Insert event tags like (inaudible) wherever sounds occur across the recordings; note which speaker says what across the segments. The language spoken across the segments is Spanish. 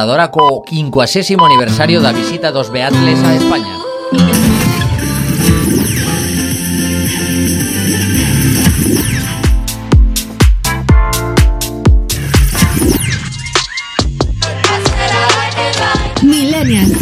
Speaker 1: Adora co 50 aniversario da visita dos Beatles a España.
Speaker 2: Millennial.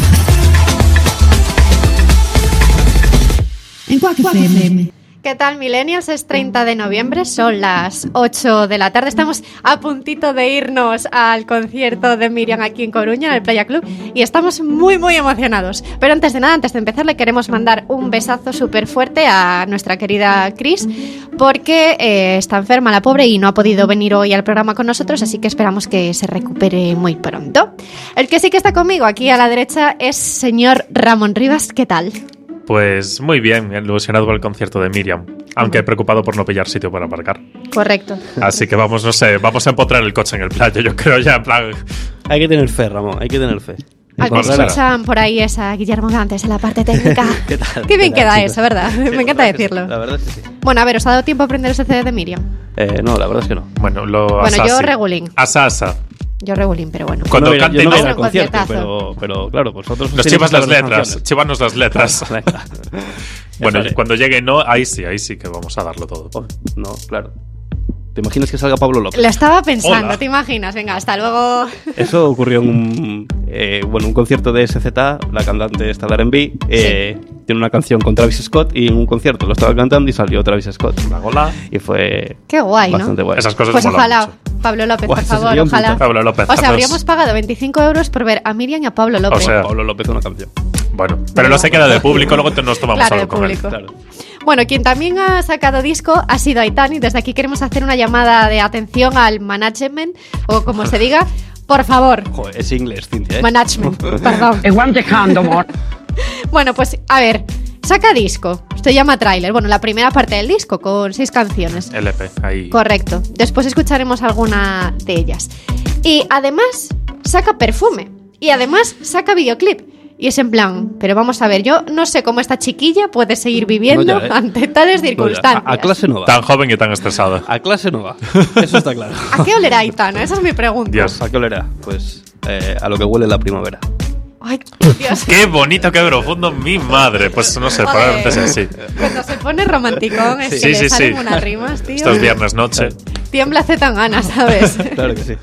Speaker 2: En Quack FM.
Speaker 3: ¿Qué tal, Millennials? Es 30 de noviembre, son las 8 de la tarde. Estamos a puntito de irnos al concierto de Miriam aquí en Coruña, en el Playa Club, y estamos muy, muy emocionados. Pero antes de nada, antes de empezar, le queremos mandar un besazo súper fuerte a nuestra querida Cris, porque eh, está enferma la pobre y no ha podido venir hoy al programa con nosotros, así que esperamos que se recupere muy pronto. El que sí que está conmigo aquí a la derecha es señor Ramón Rivas. ¿Qué tal?
Speaker 4: Pues muy bien, ilusionado por el concierto de Miriam, aunque preocupado por no pillar sitio para aparcar.
Speaker 3: Correcto.
Speaker 4: Así que vamos, no sé, vamos a empotrar el coche en el playo, yo creo ya, en plan...
Speaker 5: Hay que tener fe, Ramón, hay que tener fe.
Speaker 3: Al que
Speaker 4: Bueno, claro.
Speaker 3: escuchan por ahí es a Guillermo Gantes en la parte técnica.
Speaker 5: (laughs) ¿Qué tal?
Speaker 3: Qué bien
Speaker 5: ¿Qué
Speaker 3: queda
Speaker 5: tal, chicos?
Speaker 3: eso, ¿verdad? Me encanta
Speaker 5: La verdad es que sí, La
Speaker 3: decirlo.
Speaker 5: verdad es que sí.
Speaker 3: Bueno, a ver, ¿os ha dado tiempo a aprender ese CD de Miriam?
Speaker 5: Eh, no, la verdad es que no.
Speaker 4: Bueno, lo...
Speaker 3: Bueno,
Speaker 4: asa,
Speaker 3: yo
Speaker 4: sí.
Speaker 3: regulín.
Speaker 4: Asa, asa.
Speaker 3: Yo regulín, pero bueno.
Speaker 4: Cuando
Speaker 5: Yo no voy a-
Speaker 4: cante
Speaker 5: yo no voy a ir
Speaker 3: no.
Speaker 5: al concierto,
Speaker 3: Conciertazo.
Speaker 5: pero, pero claro, pues vosotros...
Speaker 4: Nos
Speaker 5: tenéis
Speaker 4: chivas las
Speaker 5: todas
Speaker 4: letras,
Speaker 5: canciones.
Speaker 4: chivanos las letras.
Speaker 5: (laughs) Venga.
Speaker 4: (laughs) Bueno,
Speaker 5: Vale.
Speaker 4: cuando llegue no, ahí sí, ahí sí que vamos a darlo todo.
Speaker 5: Oh, No, claro. ¿Te imaginas que salga
Speaker 3: (laughs)
Speaker 5: Pablo López?
Speaker 3: Lo estaba pensando,
Speaker 4: Hola.
Speaker 3: ¿te imaginas? Venga, hasta luego.
Speaker 5: Eso ocurrió en un, eh, bueno, un concierto de SZ, la cantante esta de R&B, eh, tiene una canción con Travis Scott y en un concierto lo estaba cantando y salió Travis Scott.
Speaker 4: La gola.
Speaker 5: Y fue
Speaker 3: Qué guay, ¿no?
Speaker 5: bastante guay.
Speaker 4: Esas cosas
Speaker 3: Pues
Speaker 4: molan
Speaker 3: ojalá,
Speaker 4: mucho.
Speaker 3: Pablo López,
Speaker 5: Guau,
Speaker 3: por
Speaker 5: eso
Speaker 3: favor,
Speaker 5: sería un
Speaker 3: ojalá.
Speaker 5: puntazo.
Speaker 4: Pablo López.
Speaker 3: O sea,
Speaker 4: haznos-
Speaker 3: habríamos pagado 25 euros por ver a Miriam y a Pablo López.
Speaker 4: O sea,
Speaker 5: Pablo López una canción.
Speaker 4: Bueno, pero no se queda de público, luego te- nos tomamos
Speaker 3: Claro, de
Speaker 4: algo con él.
Speaker 3: público.
Speaker 5: Claro.
Speaker 3: Bueno, quien también ha sacado disco ha sido Aitani. Desde aquí queremos hacer una llamada de atención al management, o como se diga. Por favor,
Speaker 5: Joder, es inglés, Cintia, ¿eh? (laughs)
Speaker 3: management, perdón. Bueno, pues a ver, saca disco. Se llama tráiler. Bueno, la primera parte del disco con seis canciones.
Speaker 4: LP, ahí.
Speaker 3: Correcto. Después escucharemos alguna de ellas. Y además saca perfume. Y además saca videoclip. Y es en plan, pero vamos a ver, yo no sé cómo esta chiquilla puede seguir viviendo
Speaker 5: No, ya, ¿eh?
Speaker 3: ante tales
Speaker 5: No, ya,
Speaker 3: circunstancias.
Speaker 5: a, a clase no va.
Speaker 4: Tan joven y tan estresado.
Speaker 5: A clase no va. (laughs) Eso está claro.
Speaker 3: ¿A qué olerá Aitana? Esa es mi pregunta.
Speaker 4: Dios.
Speaker 5: ¿A qué olerá? Pues eh, a lo que huele la primavera.
Speaker 3: Ay, Dios.
Speaker 4: Qué bonito, qué profundo, mi madre. Pues no sé,
Speaker 3: Joder.
Speaker 4: probablemente sea así.
Speaker 3: Cuando se pone romanticón es que
Speaker 4: Sí, sí,
Speaker 3: le
Speaker 4: sí.
Speaker 3: salen unas rimas, tío.
Speaker 4: Estos viernes noche.
Speaker 3: Tiembla Zetangana, ¿sabes?
Speaker 5: Claro (laughs) que sí.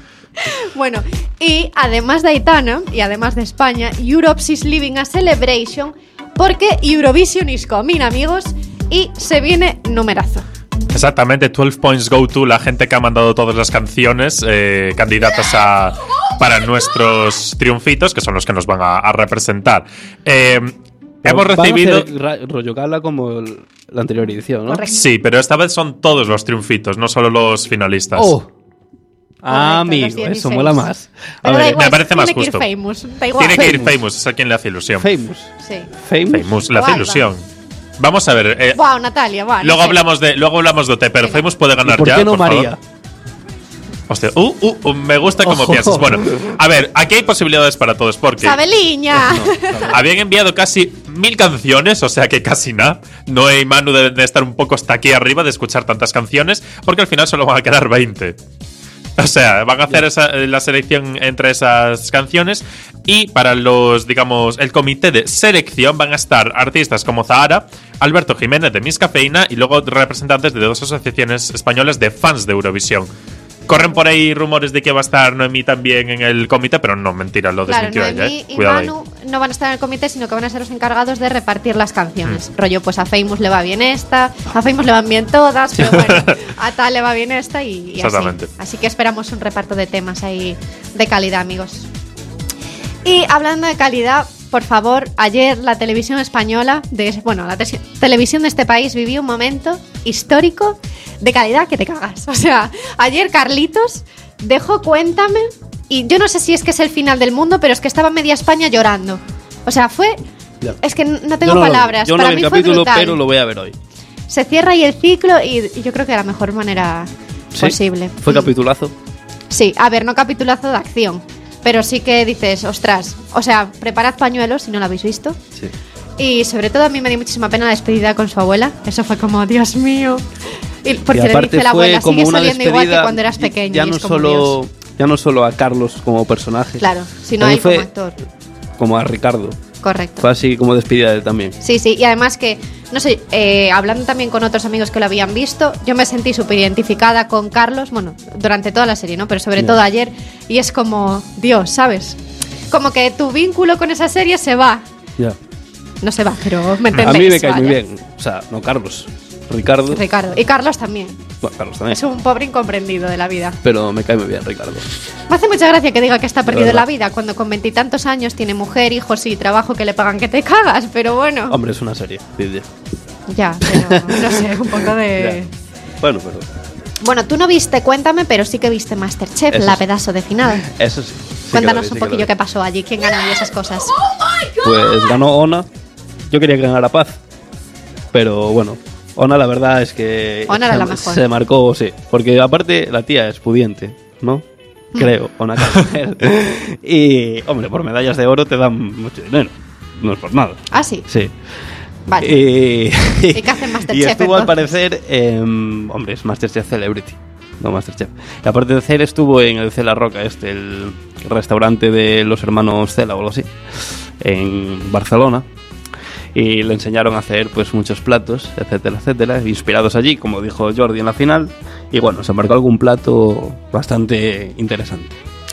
Speaker 3: Bueno, y además de Aitana y además de España, Europe is living a celebration porque Eurovision is coming, amigos, y se viene numerazo.
Speaker 4: Exactamente, 12 Points Go To, la gente que ha mandado todas las canciones eh, candidatas a, para nuestros triunfitos, que son los que nos van a, a representar. Eh, hemos
Speaker 5: Van a hacer
Speaker 4: recibido.
Speaker 5: ra- rollo gala como el- la anterior edición, ¿no?
Speaker 3: Correcto.
Speaker 4: Sí, pero esta vez son todos los triunfitos, no solo los finalistas.
Speaker 5: Oh. Ah,
Speaker 3: Correcto, los
Speaker 5: amigo, eso
Speaker 3: 16.
Speaker 5: mola más. A
Speaker 3: Pero da
Speaker 5: ver,
Speaker 3: igual,
Speaker 4: me parece más
Speaker 3: tiene
Speaker 4: justo.
Speaker 3: que ir famous, da igual.
Speaker 4: Tiene que ir
Speaker 5: Famous.
Speaker 4: Famous, es a quien le hace ilusión.
Speaker 5: eh, famous.
Speaker 3: Sí.
Speaker 5: Famous.
Speaker 4: Famous, le hace
Speaker 3: Guay, va.
Speaker 4: ilusión. Vamos a ver. eh,
Speaker 3: Wow, Natalia, wow.
Speaker 4: Luego hablamos de luego hablamos de OT, pero Famous puede
Speaker 5: ¿Y
Speaker 4: ganar
Speaker 5: ¿Por
Speaker 4: ya.
Speaker 5: qué no
Speaker 4: favor.
Speaker 5: María?
Speaker 4: Hostia, uh, uh, uh, me gusta cómo
Speaker 5: Ojo.
Speaker 4: piensas. Bueno, a ver, aquí hay posibilidades para todos porque
Speaker 3: Sabeliña.
Speaker 4: (laughs) habían enviado casi mil canciones, o sea que casi nada. Noé y Manu deben de estar un poco hasta aquí arriba de escuchar tantas canciones, porque al final solo van a quedar 20. O sea, van a hacer esa- eh, la selección entre esas canciones y para los, digamos, el comité de selección van a estar artistas como Zahara, Alberto Jiménez de Miss Cafeína y luego representantes de dos asociaciones españolas de fans de Eurovisión. Corren por ahí rumores de que va a estar Noemí también en el comité, pero no, mentira, lo
Speaker 3: Claro,
Speaker 4: desmintió ella.
Speaker 3: Noemí
Speaker 4: ¿eh?
Speaker 3: y
Speaker 4: Cuidado ahí.
Speaker 3: Manu no van a estar en el comité, sino que van a ser los encargados de repartir las
Speaker 4: Mm.
Speaker 3: canciones. Rollo, pues a Famous le va bien esta, a Famous le van bien todas,
Speaker 4: (laughs)
Speaker 3: pero bueno, a tal le va bien esta y, y
Speaker 4: Exactamente.
Speaker 3: así. Así que esperamos un reparto de temas ahí de calidad, amigos. Y hablando de calidad, por favor, ayer la televisión española, de, bueno, la te- televisión de este país vivió un momento histórico de calidad que te cagas. O sea, ayer Carlitos dejó Cuéntame y yo no sé si es que es el final del mundo, pero es que estaba media España llorando. O sea, fue...
Speaker 5: Ya.
Speaker 3: Es que no
Speaker 5: Yo
Speaker 3: tengo
Speaker 5: no lo vi.
Speaker 3: palabras.
Speaker 5: Yo no
Speaker 3: Para
Speaker 5: vi
Speaker 3: mí
Speaker 5: el
Speaker 3: fue
Speaker 5: capítulo,
Speaker 3: brutal.
Speaker 5: pero lo voy a ver hoy.
Speaker 3: Se cierra ahí el ciclo y, y yo creo que de la mejor manera
Speaker 5: ¿Sí?
Speaker 3: posible. Mm.
Speaker 5: Fue capitulazo.
Speaker 3: Sí, a ver, no capitulazo de acción, pero sí que dices, ostras, o sea, preparad pañuelos si no lo habéis visto.
Speaker 5: Sí.
Speaker 3: Y sobre todo a mí me dio muchísima pena la despedida con su abuela. Eso fue como, Dios mío. Y porque
Speaker 5: Y
Speaker 3: le
Speaker 5: aparte
Speaker 3: dice la
Speaker 5: fue
Speaker 3: abuela,
Speaker 5: como
Speaker 3: sigue
Speaker 5: una
Speaker 3: saliendo igual que
Speaker 5: despedida,
Speaker 3: cuando eras
Speaker 5: y-
Speaker 3: pequeño.
Speaker 5: Ya
Speaker 3: y
Speaker 5: no
Speaker 3: es como, "Dios".
Speaker 5: solo ya no solo a Carlos como personaje,
Speaker 3: Claro, si no
Speaker 5: También
Speaker 3: hay como
Speaker 5: fue-
Speaker 3: actor.
Speaker 5: como a Ricardo.
Speaker 3: Correcto.
Speaker 5: Fue así como despedida de él también.
Speaker 3: Sí, sí, y además que, no sé, eh, hablando también con otros amigos que lo habían visto, yo me sentí súper identificada con Carlos, bueno, durante toda la serie, ¿no? Pero sobre
Speaker 5: Ya.
Speaker 3: todo ayer, y es como, Dios, ¿sabes? Como que tu vínculo con esa serie se va.
Speaker 5: Ya.
Speaker 3: No se va, pero me entendéis.
Speaker 5: A mí me cae muy
Speaker 3: vaya.
Speaker 5: bien. O sea, no Carlos, Ricardo.
Speaker 3: Ricardo. Y Carlos también.
Speaker 5: Bueno, Carlos también.
Speaker 3: Es un pobre incomprendido de la vida.
Speaker 5: Pero me cae muy bien, Ricardo.
Speaker 3: Me hace mucha gracia que diga que está perdido
Speaker 5: verdad.
Speaker 3: la vida cuando con veintitantos años tiene mujer, hijos y trabajo que le pagan que te cagas, pero bueno.
Speaker 5: Hombre, es una serie. diría.
Speaker 3: Ya, pero no sé, un poco de.
Speaker 5: Ya. Bueno, pero
Speaker 3: Bueno, tú no viste Cuéntame, pero sí que viste Masterchef,
Speaker 5: Eso
Speaker 3: la
Speaker 5: es.
Speaker 3: pedazo de final.
Speaker 5: eso sí. sí que lo vi,
Speaker 3: Cuéntanos
Speaker 5: sí
Speaker 3: un
Speaker 5: que lo
Speaker 3: poquillo
Speaker 5: vi.
Speaker 3: qué pasó allí, quién ganó y esas cosas. ¡Ah!
Speaker 5: Pues ganó Ona. Yo quería que ganara Paz. Pero bueno, Ona la verdad es que
Speaker 3: Ona era
Speaker 5: se,
Speaker 3: la mejor.
Speaker 5: se marcó, sí. Porque aparte la tía es pudiente, ¿no?
Speaker 3: Mm.
Speaker 5: Creo,
Speaker 3: (laughs)
Speaker 5: Ona Carvajal. Y hombre, por medallas de oro te dan mucho dinero. No es por nada.
Speaker 3: Ah, sí,
Speaker 5: Sí. Eh,
Speaker 3: vale.
Speaker 5: Y,
Speaker 3: ¿Y qué
Speaker 5: (laughs)
Speaker 3: hace en Masterchef,
Speaker 5: y estuvo
Speaker 3: entonces?
Speaker 5: al parecer, em, hombre, es Masterchef Celebrity, no Masterchef. Y aparte de hacer estuvo en el Cela Roca, este, el restaurante de los hermanos Cela o algo así, en Barcelona. Y le enseñaron a hacer pues muchos platos, etcétera, etcétera, inspirados allí, como dijo Jordi en la final. Y bueno, se marcó algún plato bastante interesante.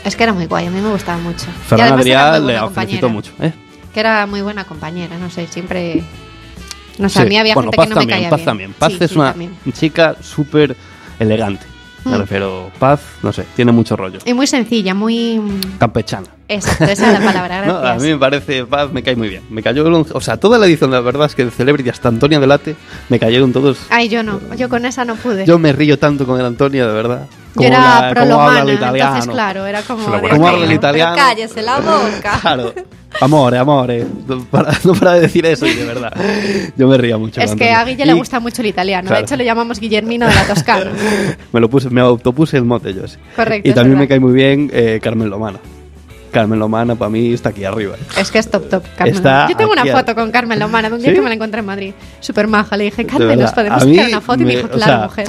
Speaker 3: Es que era muy guay, a mí me gustaba mucho. Y
Speaker 5: Ferran
Speaker 3: además era muy
Speaker 5: Adrià
Speaker 3: buena
Speaker 5: le
Speaker 3: compañera,
Speaker 5: felicitó mucho. ¿eh?
Speaker 3: Que era muy buena compañera, no sé, siempre. No sé,
Speaker 5: Sí.
Speaker 3: a mí había
Speaker 5: Bueno,
Speaker 3: gente
Speaker 5: Paz
Speaker 3: que no
Speaker 5: también,
Speaker 3: me caía
Speaker 5: Paz
Speaker 3: bien.
Speaker 5: también. Paz
Speaker 3: Sí,
Speaker 5: es
Speaker 3: sí,
Speaker 5: una
Speaker 3: también.
Speaker 5: chica súper elegante. Me
Speaker 3: Mm.
Speaker 5: refiero, Paz, no sé, tiene mucho rollo.
Speaker 3: Y muy sencilla, muy. mm,
Speaker 5: Campechana.
Speaker 3: Exacto, esa es la palabra,
Speaker 5: (laughs) No, a
Speaker 3: gracias.
Speaker 5: mí me parece, Paz me cae muy bien. Me cayó, el once- o sea, toda la edición, la verdad es que de Celebrity hasta Antonia Delate me cayeron todos.
Speaker 3: Ay, yo no, yo con esa no pude.
Speaker 5: Yo me río tanto con el Antonia, de verdad.
Speaker 3: Yo
Speaker 5: Como
Speaker 3: era
Speaker 5: la- como habla el
Speaker 3: prolomana,
Speaker 5: italiano.
Speaker 3: entonces claro, era como...
Speaker 4: Pero
Speaker 3: Dios
Speaker 4: bueno, ¿Cómo habla
Speaker 3: mío,
Speaker 4: el
Speaker 3: pero
Speaker 5: italiano?
Speaker 3: cállese la boca.
Speaker 5: (laughs) Claro. Amore, amore. No para, no para de decir eso, y de verdad. Yo me ría mucho.
Speaker 3: Es
Speaker 5: con
Speaker 3: que
Speaker 5: Antonia.
Speaker 3: a Guille le
Speaker 5: Y-
Speaker 3: gusta mucho el italiano.
Speaker 5: Claro.
Speaker 3: De hecho, le llamamos Guillermino de la
Speaker 5: (laughs)
Speaker 3: Toscana.
Speaker 5: Me lo puse, me autopuse el mote yo. sí.
Speaker 3: Correcto,
Speaker 5: Y
Speaker 3: es
Speaker 5: también
Speaker 3: verdad.
Speaker 5: me cae muy bien eh, Carmen Lomana. Carmen Lomana para mí está aquí arriba. eh.
Speaker 3: es que es top top, Carmen.
Speaker 5: Está
Speaker 3: Yo tengo una
Speaker 5: aquí al-
Speaker 3: foto con Carmen Lomana de un día
Speaker 5: ¿Sí?
Speaker 3: que me la encontré en Madrid. Súper maja. Le dije,
Speaker 5: De
Speaker 3: Carmen,
Speaker 5: verdad,
Speaker 3: ¿nos podemos
Speaker 5: a mí
Speaker 3: sacar una foto? Y me
Speaker 5: me-
Speaker 3: dijo,
Speaker 5: o
Speaker 3: claro,
Speaker 5: sea,
Speaker 3: mujer.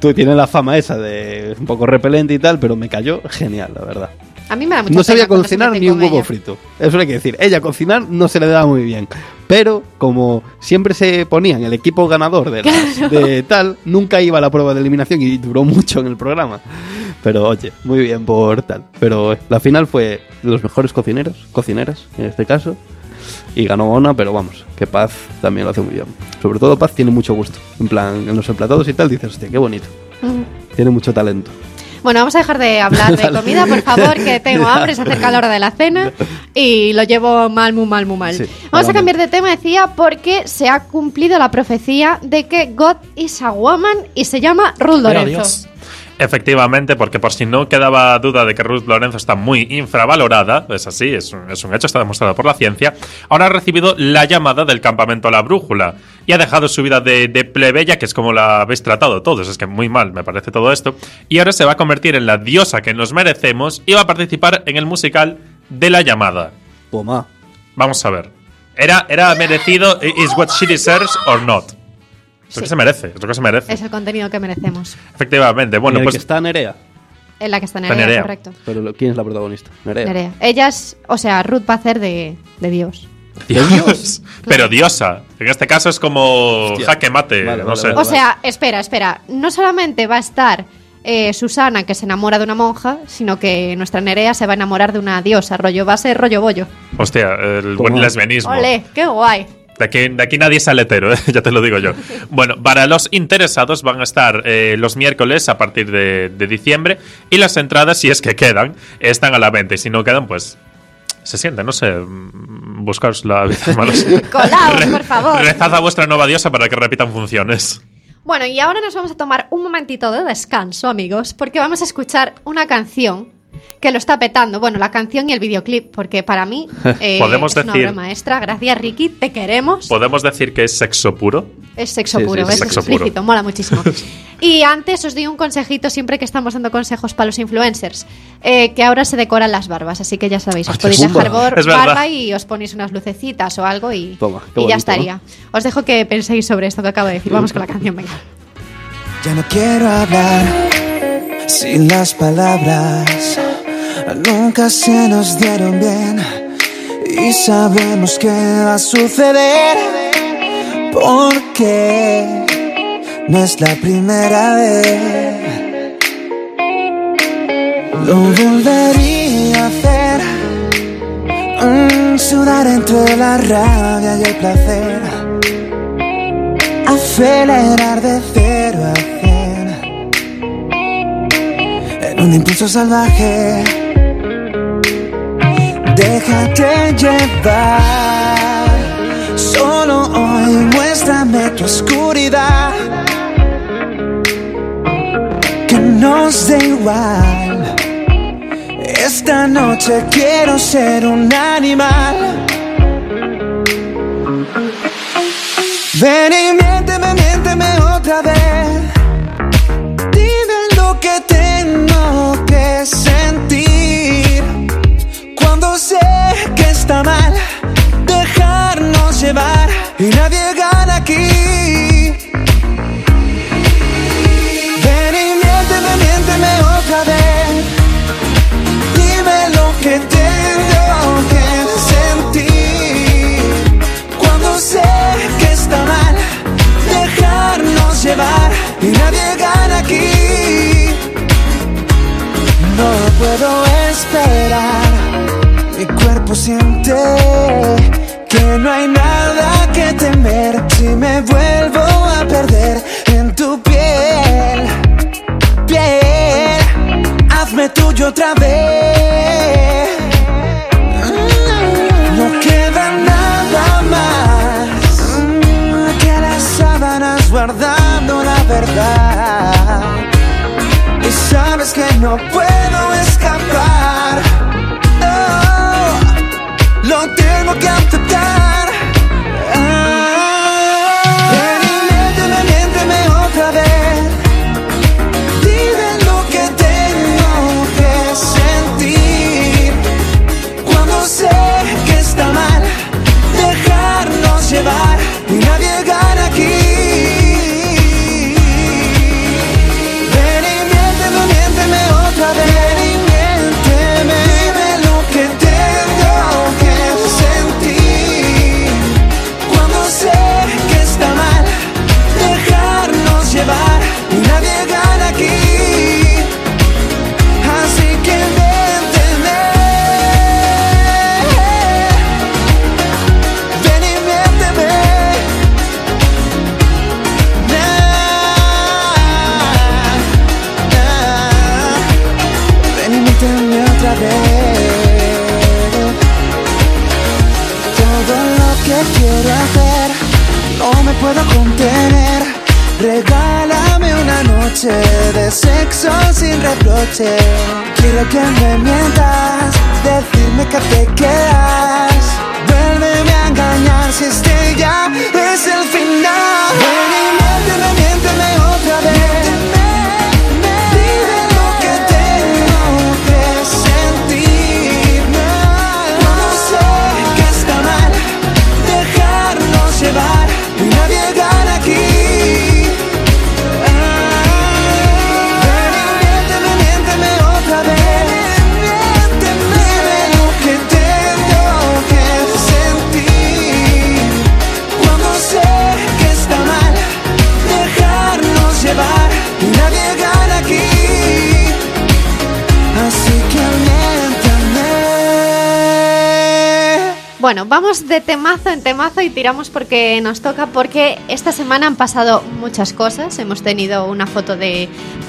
Speaker 5: Tú tienes la fama esa de un poco repelente y tal, pero me cayó genial, la verdad.
Speaker 3: A mí me da mucha
Speaker 5: no sabía
Speaker 3: pena cuando se
Speaker 5: cocinar
Speaker 3: meten
Speaker 5: ni un
Speaker 3: con
Speaker 5: huevo
Speaker 3: ella.
Speaker 5: frito. Eso hay que decir. Ella cocinar no se le da muy bien. Pero como siempre se ponía en el equipo ganador de, las- de tal, nunca iba a la prueba de eliminación y duró mucho en el programa. Pero oye, muy bien por tal. Pero eh, la final fue de los mejores cocineros, cocineras en este caso. Y ganó Ona, pero vamos, que Paz también lo hace muy bien. Sobre todo Paz tiene mucho gusto. En plan, en los emplatados y tal, dices, hostia, qué bonito.
Speaker 3: Mm.
Speaker 5: Tiene mucho talento.
Speaker 3: Bueno, vamos a dejar de hablar
Speaker 5: (laughs)
Speaker 3: de comida, por favor, que tengo hambre, se acerca la hora de la cena y lo llevo mal, muy mal, muy mal.
Speaker 5: Sí,
Speaker 3: vamos a
Speaker 5: adelante.
Speaker 3: cambiar de tema, decía, porque se ha cumplido la profecía de que God is a woman y se llama Ruth
Speaker 4: Pero
Speaker 3: Lorenzo.
Speaker 4: Dios. Efectivamente, porque por si no quedaba duda de que Ruth Lorenzo está muy infravalorada, es así, es un, es un hecho, está demostrado por la ciencia, ahora ha recibido la llamada del campamento a la brújula y ha dejado su vida de, de plebeya, que es como la habéis tratado todos, es que muy mal me parece todo esto, y ahora se va a convertir en la diosa que nos merecemos y va a participar en el musical de la llamada.
Speaker 5: Toma.
Speaker 4: Vamos a ver. Era, era merecido, is what she deserves or not. Es lo
Speaker 3: Sí.
Speaker 4: que se merece, es lo que se merece.
Speaker 3: Es el contenido que merecemos.
Speaker 4: Efectivamente, bueno,
Speaker 5: en el
Speaker 4: pues...
Speaker 5: que está Nerea.
Speaker 3: En la que está
Speaker 4: Está
Speaker 3: Nerea,
Speaker 4: Nerea.
Speaker 3: correcto.
Speaker 5: Pero lo- ¿quién es la protagonista? Nerea.
Speaker 3: Nerea. Ella es, o sea, Ruth va a hacer de, de Dios.
Speaker 4: Dios. Pues, Pero diosa. En este caso es como
Speaker 5: Hostia.
Speaker 4: jaque mate.
Speaker 5: Vale,
Speaker 4: no
Speaker 5: vale,
Speaker 4: sé.
Speaker 5: vale,
Speaker 3: O sea, espera, espera. No solamente va a estar eh, Susana, que se enamora de una monja, sino que nuestra Nerea se va a enamorar de una diosa. Rollo va a ser rollo bollo.
Speaker 4: Hostia, el buen
Speaker 5: Toma.
Speaker 4: lesbianismo.
Speaker 3: Ole, qué guay.
Speaker 4: De aquí, de aquí nadie sale hetero, ¿eh? (laughs) ya te lo digo yo. Bueno, para los interesados van a estar eh, los miércoles a partir de, de diciembre y las entradas, si es que quedan, están a la venta y si no quedan, pues se sienten, no sé, mm, buscaos la vida, hermanos.
Speaker 3: Colaos,
Speaker 4: (laughs) Re-
Speaker 3: por favor.
Speaker 4: Rezad a vuestra nueva diosa para que repitan funciones.
Speaker 3: Bueno, y ahora nos vamos a tomar un momentito de descanso, amigos, porque vamos a escuchar una canción que lo está petando. Bueno, la canción y el videoclip, porque para
Speaker 4: (laughs)
Speaker 3: mí eh,
Speaker 4: Podemos
Speaker 3: es una
Speaker 4: decir-
Speaker 3: obra maestra. Gracias, Ricky, te queremos.
Speaker 4: ¿Podemos decir que es sexo puro?
Speaker 3: Es sexo
Speaker 5: Sí, sí,
Speaker 3: puro,
Speaker 5: sí,
Speaker 3: es
Speaker 4: sexo
Speaker 3: explícito,
Speaker 4: puro.
Speaker 3: mola
Speaker 5: (laughs)
Speaker 3: muchísimo. Y antes os doy un consejito siempre que estamos dando consejos para los influencers, eh, que ahora se decoran las barbas, así que ya sabéis, os
Speaker 5: Ah, qué
Speaker 3: podéis
Speaker 5: chungo.
Speaker 3: dejar bor-
Speaker 4: Es verdad.
Speaker 3: barba y os ponéis unas lucecitas o algo y,
Speaker 5: Toma, qué
Speaker 3: y ya
Speaker 5: bonito,
Speaker 3: estaría. Os dejo que penséis sobre esto que acabo de decir. Vamos con la canción, venga.
Speaker 6: Ya no quiero hablar sin las palabras. Nunca se nos dieron bien y sabemos qué va a suceder porque no es la primera vez. Lo volvería a hacer, Mm, sudar entre la rabia y el placer, acelerar de cero a cien en un impulso salvaje. Déjate llevar. Solo hoy muéstrame tu oscuridad. Que nos dé igual. Esta noche quiero ser un animal. Ven y miénteme, miénteme otra vez. Dime lo que tengo que sentir cuando sé que está mal dejarnos llevar y nadie gana aquí. Ven y miénteme, miénteme otra vez. Dime lo que tengo que sentir cuando sé que está mal dejarnos llevar y nadie gana aquí. No puedo esperar, mi cuerpo siente que no hay nada que temer si me vuelvo a perder en tu piel, piel, hazme tuyo otra vez. No queda nada más que las sábanas guardando la verdad. Y sabes que no puedo escapar. Oh, lo tengo que aceptar. Ah, ven y miénteme, miénteme otra vez. Dime lo que tengo que sentir. Cuando sé que está mal, dejarnos llevar. Y nadie gana aquí. Ven y miénteme, miénteme otra vez. Ven y miénteme. Dime lo que tengo que sentir. Cuando sé que está mal, dejarnos llevar. Y nadie gana aquí. Así que miénteme. Ven y miénteme. Nah, nah. Ven y miénteme otra vez. Todo lo que quiero hacer, no me puedo contener. Regálame una noche de sexo sin reproche. Quiero que me mientas, decirme que te quedas. Vuélveme a engañar si este ya es el final. Ven y miénteme, miénteme otra vez. Dime lo que tengo que sentir. No sé que está mal dejarnos llevar y nadie gana aquí. Ven y miénteme, miénteme otra vez. Dime lo que tengo que sentir. Cuando sé que está mal, dejarnos llevar y nadie gana aquí. Así que miénteme.
Speaker 3: Bueno, vamos de temazo en temazo y tiramos porque nos toca, porque esta semana han pasado muchas cosas. Hemos tenido una foto de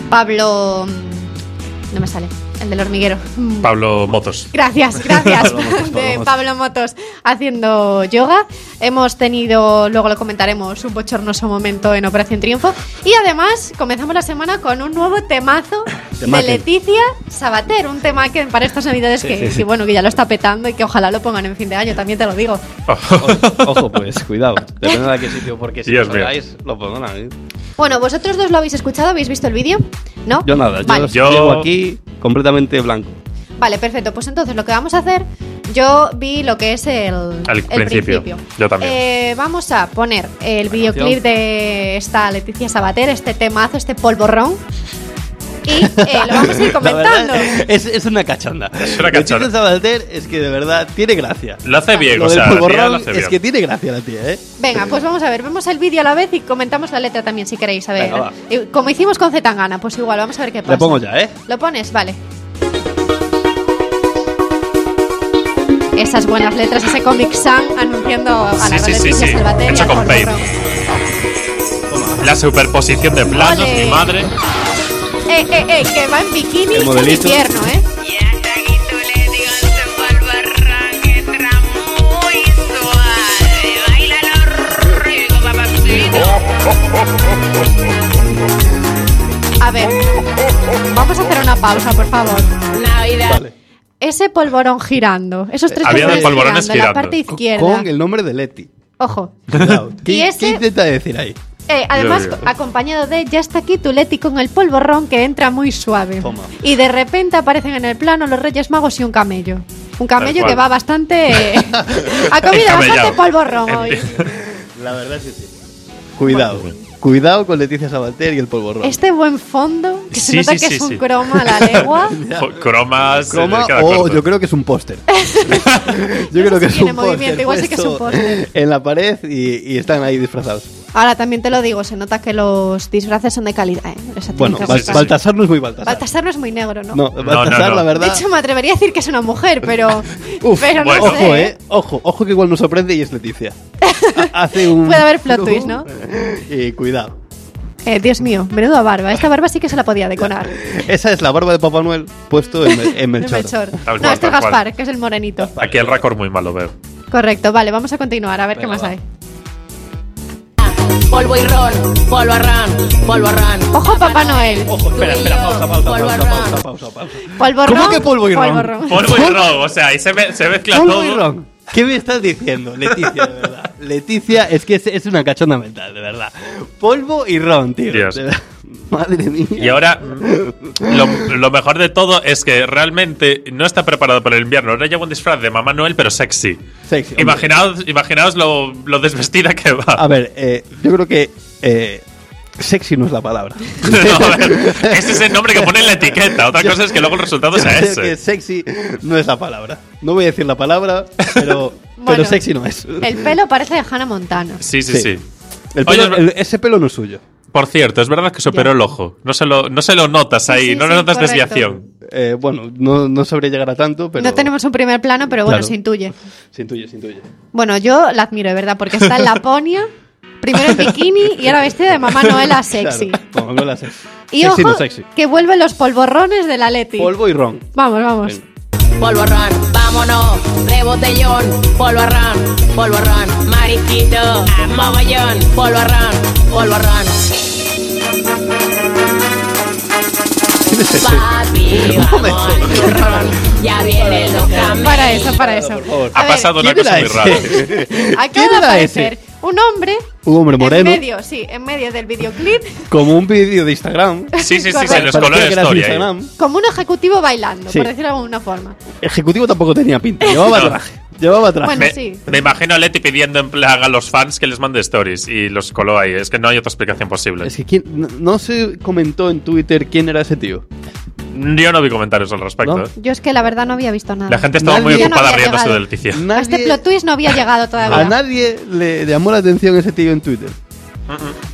Speaker 3: Pablo... mm, No me sale, el del hormiguero. Mm,
Speaker 4: Pablo Motos.
Speaker 3: (laughs)
Speaker 5: (laughs)
Speaker 3: Gracias, gracias.
Speaker 5: Pablo Motos, Pablo
Speaker 3: de
Speaker 5: Motos.
Speaker 3: Pablo Motos haciendo yoga. Hemos tenido, luego lo comentaremos, un bochornoso momento en Operación Triunfo. Y además comenzamos la semana con un nuevo temazo de
Speaker 5: Temaque.
Speaker 3: Leticia Sabater. Un tema que para estas navidades que,
Speaker 5: sí, sí.
Speaker 3: que, bueno, que ya lo está petando y que ojalá lo pongan en fin de año, también te lo digo.
Speaker 5: (laughs) Ojo, pues,
Speaker 3: (laughs)
Speaker 5: cuidado. Depende de qué sitio, porque si
Speaker 4: Dios
Speaker 5: lo
Speaker 4: mío.
Speaker 5: veáis, lo perdonan. ¿eh?
Speaker 3: Bueno, vosotros dos lo habéis escuchado, habéis visto el vídeo, ¿no?
Speaker 5: Yo nada,
Speaker 3: Vale.
Speaker 5: yo,
Speaker 4: Yo-
Speaker 5: llego aquí
Speaker 3: (laughs)
Speaker 5: completamente blanco.
Speaker 3: Vale, perfecto. Pues entonces lo que vamos a hacer, yo vi lo que es el,
Speaker 4: Al
Speaker 3: el
Speaker 4: principio. Yo también.
Speaker 3: Eh, vamos a poner el videoclip
Speaker 5: canción.
Speaker 3: de esta Leticia Sabater, este temazo, este polvorrón. y eh, lo vamos a ir
Speaker 5: (laughs) La
Speaker 3: comentando.
Speaker 5: verdad, es, es una cachonda.
Speaker 4: Es una
Speaker 5: El chiste
Speaker 4: cachonda.
Speaker 5: de Sabater es que de verdad tiene gracia.
Speaker 4: Lo hace bien,
Speaker 5: Lo
Speaker 4: o
Speaker 5: del
Speaker 4: sea, la tía
Speaker 5: polvorrón
Speaker 4: lo hace
Speaker 5: es
Speaker 4: bien.
Speaker 5: que tiene gracia la tía, ¿eh?
Speaker 3: Venga, pues vamos a ver, vemos el vídeo a la vez y comentamos la letra también si queréis, a ver.
Speaker 5: Venga, va.
Speaker 3: Eh, Como hicimos con Zetangana, pues igual, vamos a ver qué pasa.
Speaker 5: Le pongo ya, ¿eh?
Speaker 3: ¿Lo pones? Vale. Esas buenas letras, ese Comic Sans anunciando a la Red
Speaker 4: Sí, sí,
Speaker 3: de
Speaker 4: sí,
Speaker 3: Noticias
Speaker 4: sí.
Speaker 3: Salvatella,
Speaker 4: Hecho con
Speaker 3: Juan
Speaker 4: Paint.
Speaker 3: Borrón.
Speaker 4: La superposición de planos,
Speaker 3: Ole.
Speaker 4: mi madre.
Speaker 3: Eh, eh, eh, que va en bikini
Speaker 5: El
Speaker 3: en
Speaker 5: modelito.
Speaker 3: invierno, ¿eh?
Speaker 7: Y hasta aquí tú le digo se fue al barranque, entra muy suave. Báilalo rico, papacito.
Speaker 3: A ver, vamos a hacer una pausa, por favor.
Speaker 7: Navidad.
Speaker 5: Vale.
Speaker 3: Ese polvorón girando, esos tres
Speaker 4: Había de
Speaker 3: polvorones
Speaker 4: polvorones
Speaker 3: la
Speaker 4: girando.
Speaker 3: parte izquierda.
Speaker 5: Con el nombre de Leti.
Speaker 3: Ojo.
Speaker 5: Cuidado. ¿Qué,
Speaker 3: Y ese-
Speaker 5: qué intenta decir ahí?
Speaker 3: Eh, además,
Speaker 4: Yo digo.
Speaker 3: acompañado de ya está aquí tu Leti con el polvorrón que entra muy suave.
Speaker 5: Toma.
Speaker 3: Y de repente aparecen en el plano los Reyes Magos y un camello. Un camello
Speaker 4: cual.
Speaker 3: que va
Speaker 4: (laughs)
Speaker 3: bastante. (laughs) ha comido bastante
Speaker 4: Encamellado.
Speaker 3: polvorrón hoy.
Speaker 5: La verdad es que sí. Cuidado. Cuidado con Leticia Sabater y el polvorrón.
Speaker 3: Este buen fondo, que se
Speaker 4: Sí,
Speaker 3: nota
Speaker 4: sí,
Speaker 3: que
Speaker 4: sí,
Speaker 3: es un
Speaker 4: sí.
Speaker 3: croma a la legua.
Speaker 4: Jo- Oh, Cromas. eh,
Speaker 5: Croma
Speaker 4: queda
Speaker 5: o
Speaker 4: corto.
Speaker 5: yo creo que es un póster. (laughs) yo creo que es
Speaker 3: tiene
Speaker 5: un
Speaker 3: movimiento,
Speaker 5: póster.
Speaker 3: igual sí que es un
Speaker 5: puesto
Speaker 3: póster.
Speaker 5: En la pared y, y están ahí disfrazados.
Speaker 3: Ahora también te lo digo, se nota que los disfraces son de calidad. ¿eh? Esa tiene
Speaker 5: Bueno,
Speaker 3: que
Speaker 5: Bal-
Speaker 4: sí, sí.
Speaker 3: gustar.
Speaker 5: Baltasar no es muy Baltasar.
Speaker 3: Baltasar no es muy negro, ¿no?
Speaker 5: No, Baltasar,
Speaker 4: no.
Speaker 5: la
Speaker 3: De
Speaker 5: verdad.
Speaker 3: hecho, me atrevería a decir que es una mujer, pero,
Speaker 5: (laughs) Uf,
Speaker 3: pero no
Speaker 4: bueno.
Speaker 3: sé.
Speaker 5: Ojo, eh. Ojo, ojo que igual nos sorprende y es
Speaker 3: (laughs)
Speaker 5: Leticia. Ha- Hace un.
Speaker 3: Puede haber
Speaker 5: (laughs)
Speaker 3: plot twist, ¿no?
Speaker 5: Y cuidado.
Speaker 3: Eh, Dios mío, menuda barba. Esta barba sí que se la podía deconar.
Speaker 5: Esa es la barba de Papá Noel puesto en, Mel- en
Speaker 3: El
Speaker 5: Melchor.
Speaker 3: Melchor.
Speaker 4: Tal
Speaker 3: No, este
Speaker 4: cual,
Speaker 3: es
Speaker 4: tal cual.
Speaker 3: Gaspar, que es el morenito.
Speaker 4: Aquí el récord muy malo, veo.
Speaker 3: Correcto, vale, vamos a continuar a ver qué más hay.
Speaker 7: Polvo y ron, polvo arran, polvo arran.
Speaker 3: Ojo, Papá Noel.
Speaker 5: Ojo, espera, espera, pausa, pausa,
Speaker 7: Polvo
Speaker 5: pausa,
Speaker 7: y ron.
Speaker 5: pausa, (laughs) pausa, pausa.
Speaker 3: Polvorrón.
Speaker 5: ¿Cómo que polvo y ron?
Speaker 3: polvorrón.
Speaker 4: Polvo y ron, o sea, ahí se, me- se mezcla
Speaker 5: Polvo
Speaker 4: todo.
Speaker 5: y ron. ¿Qué me estás diciendo, Leticia, de verdad? (laughs) Leticia es que es, es una cachonda mental, de verdad. Polvo y ron, tío.
Speaker 4: Dios.
Speaker 5: (laughs)
Speaker 4: (laughs)
Speaker 5: De verdad. Madre mía.
Speaker 4: Y ahora, mm, lo, lo mejor de todo es que realmente no está preparado para el invierno. Ahora lleva un disfraz de Mamá Noel, pero sexy.
Speaker 5: Sexy, hombre.
Speaker 4: Imaginaos, imaginaos lo, lo desvestida que va.
Speaker 5: A ver, eh, yo creo que eh, sexy no es la palabra.
Speaker 4: (laughs) (laughs) No, a
Speaker 5: (laughs)
Speaker 4: ver, ese es el nombre que pone en la etiqueta. Otra
Speaker 5: Yo-
Speaker 4: cosa es que luego el resultado
Speaker 5: Yo
Speaker 4: sea
Speaker 5: creo que
Speaker 4: ese.
Speaker 5: sexy no es la palabra. No voy a decir la palabra,
Speaker 4: (laughs)
Speaker 5: pero,
Speaker 3: Bueno.
Speaker 5: pero sexy no es.
Speaker 3: El pelo parece de Hannah Montana.
Speaker 4: Sí, sí,
Speaker 5: Sí.
Speaker 4: sí,
Speaker 5: El
Speaker 4: Oye,
Speaker 5: pelo-
Speaker 4: es ver-
Speaker 5: el- ese pelo no es suyo.
Speaker 4: Por cierto, es verdad que superó el ojo. No se lo, no se lo notas
Speaker 3: Sí,
Speaker 4: ahí,
Speaker 3: sí,
Speaker 4: no le
Speaker 3: sí,
Speaker 4: notas
Speaker 3: correcto.
Speaker 4: desviación.
Speaker 5: Eh, bueno, no, no sabré llegar a tanto, pero.
Speaker 3: No tenemos un primer plano, pero bueno,
Speaker 5: Claro.
Speaker 3: se intuye.
Speaker 5: Se intuye, se intuye.
Speaker 3: Bueno, yo la admiro, de verdad, porque está en Laponia, primero en bikini y ahora vestida de Mamá Noel a Ah, sexy.
Speaker 5: Claro, como no la sé.
Speaker 3: Y
Speaker 5: sexy
Speaker 3: ojo,
Speaker 5: no sexy.
Speaker 3: que vuelven los polvorrones de la Leti.
Speaker 5: Polvo y ron.
Speaker 3: Vamos, vamos.
Speaker 5: Venga.
Speaker 7: Polvo arran, vámonos, de botellón, polvo arran, polvo arran, marisquito, a mogollón, polvo arran, polvo arran.
Speaker 5: (laughs)
Speaker 7: Papi, vamos al turrón, ya vienen los camiones.
Speaker 3: Para eso, para eso.
Speaker 5: favor.
Speaker 3: A
Speaker 4: Ha
Speaker 3: ver,
Speaker 4: pasado una
Speaker 5: ¿quién
Speaker 4: cosa muy
Speaker 5: era
Speaker 3: (laughs)
Speaker 4: rara.
Speaker 5: ese?
Speaker 3: Acaba
Speaker 5: ¿Quién
Speaker 3: de
Speaker 5: era
Speaker 3: aparecer un hombre
Speaker 5: Un hombre
Speaker 3: en
Speaker 5: moreno,
Speaker 3: medio, sí, en medio del videoclip,
Speaker 5: como un vídeo de Instagram.
Speaker 3: (laughs)
Speaker 4: Sí, sí, sí,
Speaker 3: Correcto.
Speaker 4: se les coló
Speaker 5: Parecía
Speaker 4: la
Speaker 5: que era de
Speaker 4: historia. ahí.
Speaker 5: Instagram.
Speaker 3: como un ejecutivo bailando,
Speaker 5: Sí.
Speaker 3: por decirlo de alguna forma.
Speaker 5: Ejecutivo tampoco
Speaker 3: (laughs)
Speaker 5: tenía pinta. Llevaba
Speaker 4: No.
Speaker 5: traje. Llevaba traje.
Speaker 3: Bueno,
Speaker 4: Me,
Speaker 3: sí.
Speaker 4: me imagino a Leti pidiendo en plan a los fans que les mande stories y los coló ahí. Es que no hay otra explicación posible.
Speaker 5: Es que ¿quién- no, no se comentó en Twitter quién era ese tío.
Speaker 4: Yo no vi comentarios al respecto.
Speaker 5: ¿No?
Speaker 4: ¿eh?
Speaker 3: Yo es que la verdad no había visto nada.
Speaker 4: La gente estaba
Speaker 5: Nadie-
Speaker 4: muy
Speaker 5: Yo no
Speaker 4: ocupada
Speaker 3: había
Speaker 4: riéndose
Speaker 3: llegado.
Speaker 4: de Leticia.
Speaker 3: A este plot twist no había llegado
Speaker 5: a
Speaker 3: todavía.
Speaker 5: nadie le llamó la atención ese tío en Twitter.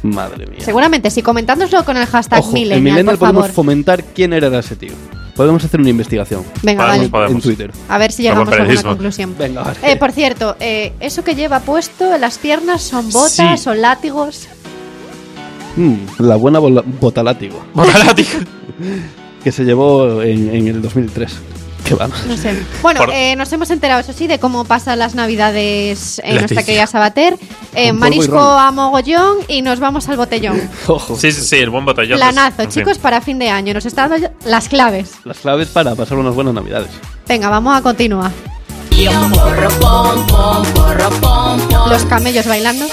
Speaker 5: Madre mía.
Speaker 3: Seguramente, sí, comentándoslo con el hashtag
Speaker 5: Ojo,
Speaker 3: Millennial,
Speaker 5: en Millennial
Speaker 3: por favor.
Speaker 5: podemos fomentar quién era ese tío. Podemos hacer una investigación
Speaker 3: Venga,
Speaker 4: Vale,
Speaker 3: vale.
Speaker 4: pues, Podemos.
Speaker 5: en Twitter.
Speaker 3: A ver si llegamos
Speaker 4: Como
Speaker 3: a alguna
Speaker 4: periodismo.
Speaker 3: conclusión.
Speaker 5: Venga, vale.
Speaker 3: Eh, por cierto, eh, eso que lleva puesto en las piernas son botas,
Speaker 4: Sí.
Speaker 3: son látigos.
Speaker 5: Mm, la buena bola- bota látigo
Speaker 4: Botar a ti.
Speaker 5: que se llevó en, en el 2003. Qué va. (laughs)
Speaker 3: No
Speaker 4: (laughs)
Speaker 3: sé. Bueno,
Speaker 4: Por-
Speaker 3: eh, nos hemos enterado, eso sí, de cómo pasan las navidades en nuestra
Speaker 4: Leticia.
Speaker 3: querida Sabater. Eh,
Speaker 5: Con polvo y
Speaker 3: marisco
Speaker 5: ron.
Speaker 3: a mogollón y nos vamos al
Speaker 4: (laughs)
Speaker 3: botellón.
Speaker 5: Ojo.
Speaker 4: Sí, sí, sí, el buen botellón.
Speaker 3: Planazo,
Speaker 4: pues, En fin.
Speaker 3: chicos, para fin de año. Nos está dando ya las claves.
Speaker 5: Las claves para pasar unas buenas navidades.
Speaker 3: Venga, vamos a continuar.
Speaker 7: Y un porro, pom, pom, porro, pom, pom.
Speaker 3: Los camellos
Speaker 4: (laughs)
Speaker 3: bailando.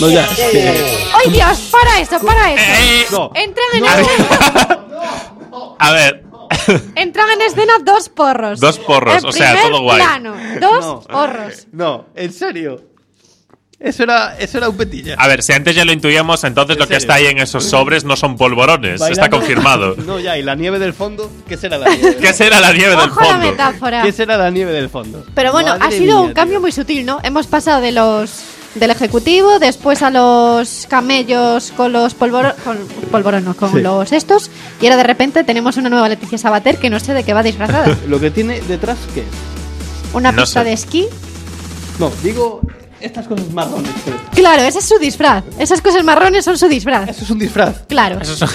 Speaker 5: No, ya. es que-
Speaker 3: ¡Ay, Dios! ¡Para eso, para eso!
Speaker 4: Eh, eh,
Speaker 5: No.
Speaker 3: Entran
Speaker 4: (laughs)
Speaker 3: en,
Speaker 4: A
Speaker 3: escena,
Speaker 4: ver. (laughs) A ver,
Speaker 3: entran en escena dos porros.
Speaker 4: Dos porros,
Speaker 3: En
Speaker 4: o sea,
Speaker 3: primer
Speaker 4: todo guay.
Speaker 3: plano, dos
Speaker 5: No.
Speaker 3: porros.
Speaker 5: No, en serio. Eso era, eso era un petilla.
Speaker 4: A ver, si antes ya lo intuíamos, entonces
Speaker 5: ¿En
Speaker 4: lo que
Speaker 5: serio?
Speaker 4: está ahí en esos sobres no son polvorones. Está
Speaker 5: Bailando-
Speaker 4: confirmado.
Speaker 5: (laughs) No, ya, y la nieve del fondo, ¿qué será
Speaker 4: (laughs)
Speaker 5: la nieve? del
Speaker 4: ¿Qué será la nieve del
Speaker 3: Ojo a la
Speaker 4: fondo? (laughs)
Speaker 3: metáfora.
Speaker 5: ¿Qué será la nieve del fondo?
Speaker 3: Pero bueno, ha
Speaker 5: Madre
Speaker 3: sido
Speaker 5: mía,
Speaker 3: un cambio
Speaker 5: tío.
Speaker 3: muy sutil, ¿no? Hemos pasado de los del ejecutivo, después a los camellos con los polvoro- con polvoronos, con
Speaker 5: Sí.
Speaker 3: los estos, y ahora de repente tenemos una nueva Leticia Sabater que no sé de qué va
Speaker 5: (laughs)
Speaker 3: disfrazada.
Speaker 5: Lo que tiene detrás, ¿qué es?
Speaker 3: Una
Speaker 4: No
Speaker 3: pista
Speaker 4: sé.
Speaker 3: de esquí.
Speaker 5: No, digo estas cosas marrones. pero
Speaker 3: Claro, ese es su disfraz. Esas cosas marrones son su disfraz.
Speaker 5: Eso es un disfraz.
Speaker 3: Claro,
Speaker 4: Eso son-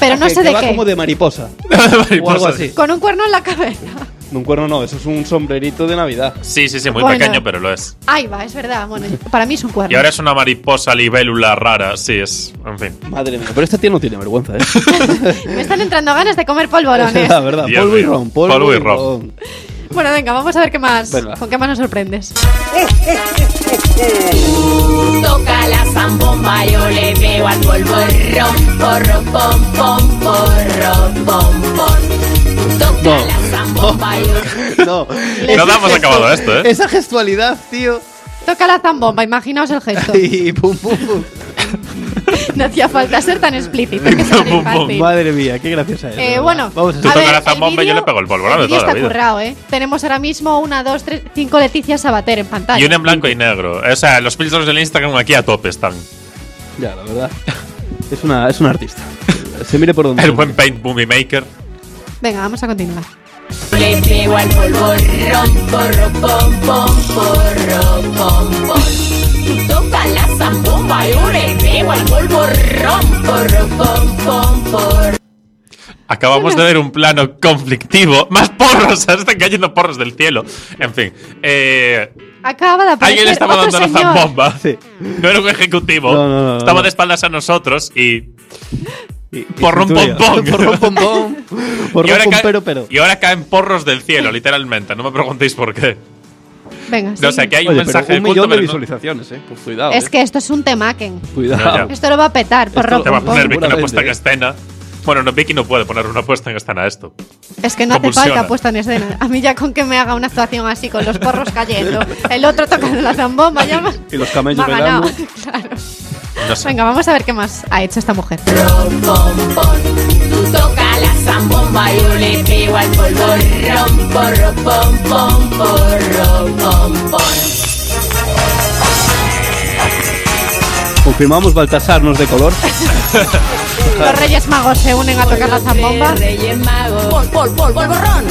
Speaker 3: pero no
Speaker 5: que,
Speaker 3: sé
Speaker 5: que
Speaker 3: de
Speaker 5: va
Speaker 3: qué.
Speaker 5: como de mariposa. o algo
Speaker 4: mariposa.
Speaker 5: así.
Speaker 3: Con un cuerno en la cabeza.
Speaker 5: Un cuerno no, eso es un sombrerito de Navidad.
Speaker 4: Sí, sí, sí, muy
Speaker 3: Bueno.
Speaker 4: pequeño, pero lo es.
Speaker 3: Ahí va, es verdad. Bueno, para mí es un cuerno.
Speaker 4: Y ahora es una mariposa libélula rara, sí, es. En fin.
Speaker 5: Madre mía, pero esta tía no tiene (laughs) vergüenza, ¿eh?
Speaker 3: (laughs) Me están entrando ganas de comer
Speaker 5: (laughs)
Speaker 3: polvorones.
Speaker 5: la verdad,
Speaker 4: Dios
Speaker 5: polvo y
Speaker 4: mío.
Speaker 5: ron, polvo,
Speaker 4: Polvo y
Speaker 5: y
Speaker 4: ron.
Speaker 5: ron.
Speaker 3: Bueno, venga, vamos a ver qué más,
Speaker 5: Venga.
Speaker 3: con qué más nos sorprendes.
Speaker 7: Toca la zambomba, yo le veo al polvorrón, porro, pom, pom, porro, pom, pom. Toca
Speaker 5: No.
Speaker 7: la zambomba, yo...
Speaker 4: (laughs)
Speaker 5: No,
Speaker 4: No
Speaker 5: Ese
Speaker 4: damos
Speaker 5: gesto-
Speaker 4: acabado esto, ¿eh?
Speaker 5: Esa gestualidad, tío.
Speaker 3: Toca la zambomba, imaginaos el gesto.
Speaker 5: Y pum, pum, pum.
Speaker 3: (laughs) No hacía falta ser tan explícito.
Speaker 4: (laughs)
Speaker 3: que sea tan
Speaker 4: Pum, pum,
Speaker 3: infantil.
Speaker 5: Madre mía, qué graciosa es. de
Speaker 3: Eh,
Speaker 5: verdad.
Speaker 3: bueno,
Speaker 5: vamos a
Speaker 4: Tú
Speaker 3: a
Speaker 5: escuchar.
Speaker 4: tocas
Speaker 3: ver,
Speaker 4: la zambomba
Speaker 3: el
Speaker 4: y yo le
Speaker 3: vídeo-
Speaker 4: pego el polvorón de
Speaker 3: el vídeo
Speaker 4: toda la
Speaker 3: está
Speaker 4: vida.
Speaker 3: currado, ¿eh? Tenemos ahora mismo una, dos, tres, cinco Leticia Sabater en pantalla.
Speaker 4: Y una en blanco y negro. O sea, los filtros del Instagram aquí a tope están.
Speaker 5: Ya, la verdad. Es una, es una artista. Se mire por donde.
Speaker 4: El buen Paint Movie Maker.
Speaker 3: Venga, vamos a continuar.
Speaker 7: Le veo al polvorrón, porro, pom, pom, porro, pom, pom. Toca la zambomba, yo le veo al polvorrón, porro, pom, pom, porro.
Speaker 3: (laughs)
Speaker 4: Acabamos de ver un plano conflictivo. más porros, (laughs) se están cayendo porros del cielo. En fin, eh,
Speaker 3: Acaba de aparecer
Speaker 4: alguien estaba
Speaker 3: otro
Speaker 4: dando la
Speaker 3: señor.
Speaker 4: zambomba.
Speaker 5: Sí.
Speaker 4: No era un ejecutivo.
Speaker 5: No, no, no,
Speaker 4: estaba
Speaker 5: no.
Speaker 4: de espaldas a nosotros y,
Speaker 5: Y- y
Speaker 4: (laughs) Porrón
Speaker 5: sustituye. (laughs)
Speaker 4: pompón. (laughs)
Speaker 5: Porrón pompón.
Speaker 4: y
Speaker 5: Porrón
Speaker 4: ahora caen-
Speaker 5: pompero, pero.
Speaker 4: y ahora caen porros del cielo, literalmente. No me preguntéis por qué.
Speaker 3: Venga,
Speaker 4: No, o sea,
Speaker 3: sí.
Speaker 4: que hay un
Speaker 5: Oye,
Speaker 4: mensaje
Speaker 5: pero un
Speaker 4: oculto,
Speaker 5: millón de
Speaker 4: pero no-
Speaker 5: visualizaciones, eh. Pues cuidado.
Speaker 3: Es
Speaker 5: eh.
Speaker 3: que esto es un temaken.
Speaker 5: Cuidado.
Speaker 4: No,
Speaker 3: Esto lo va a petar, por
Speaker 5: Esto
Speaker 4: Te va a
Speaker 5: Pum,
Speaker 4: poner
Speaker 5: pum,
Speaker 4: Vicky una
Speaker 5: puramente,
Speaker 4: puesta en
Speaker 5: eh.
Speaker 4: escena. Bueno, no, Vicky no puede poner una puesta en escena a esto.
Speaker 3: Es que no hace
Speaker 4: Convulsiona.
Speaker 3: falta puesta en escena. A mí ya con que me haga una actuación así, con los porros
Speaker 4: (laughs)
Speaker 3: cayendo, el otro tocando la zambomba, ya me-
Speaker 5: Y los camellos
Speaker 3: me ha ganado.
Speaker 5: bailando.
Speaker 3: (laughs) Claro.
Speaker 4: No sé.
Speaker 3: Venga, vamos a ver qué más ha hecho esta mujer.
Speaker 7: Ron, pom, pom. Tú toca la zambomba, yo le pego al polvorrón, porro, pom, pom, porro, pom, pom.
Speaker 5: Confirmamos Baltasarnos de color.
Speaker 3: Los Reyes Magos se unen a tocar la zambomba.
Speaker 7: Reyes magos, pol, pol, pol, polvorrón.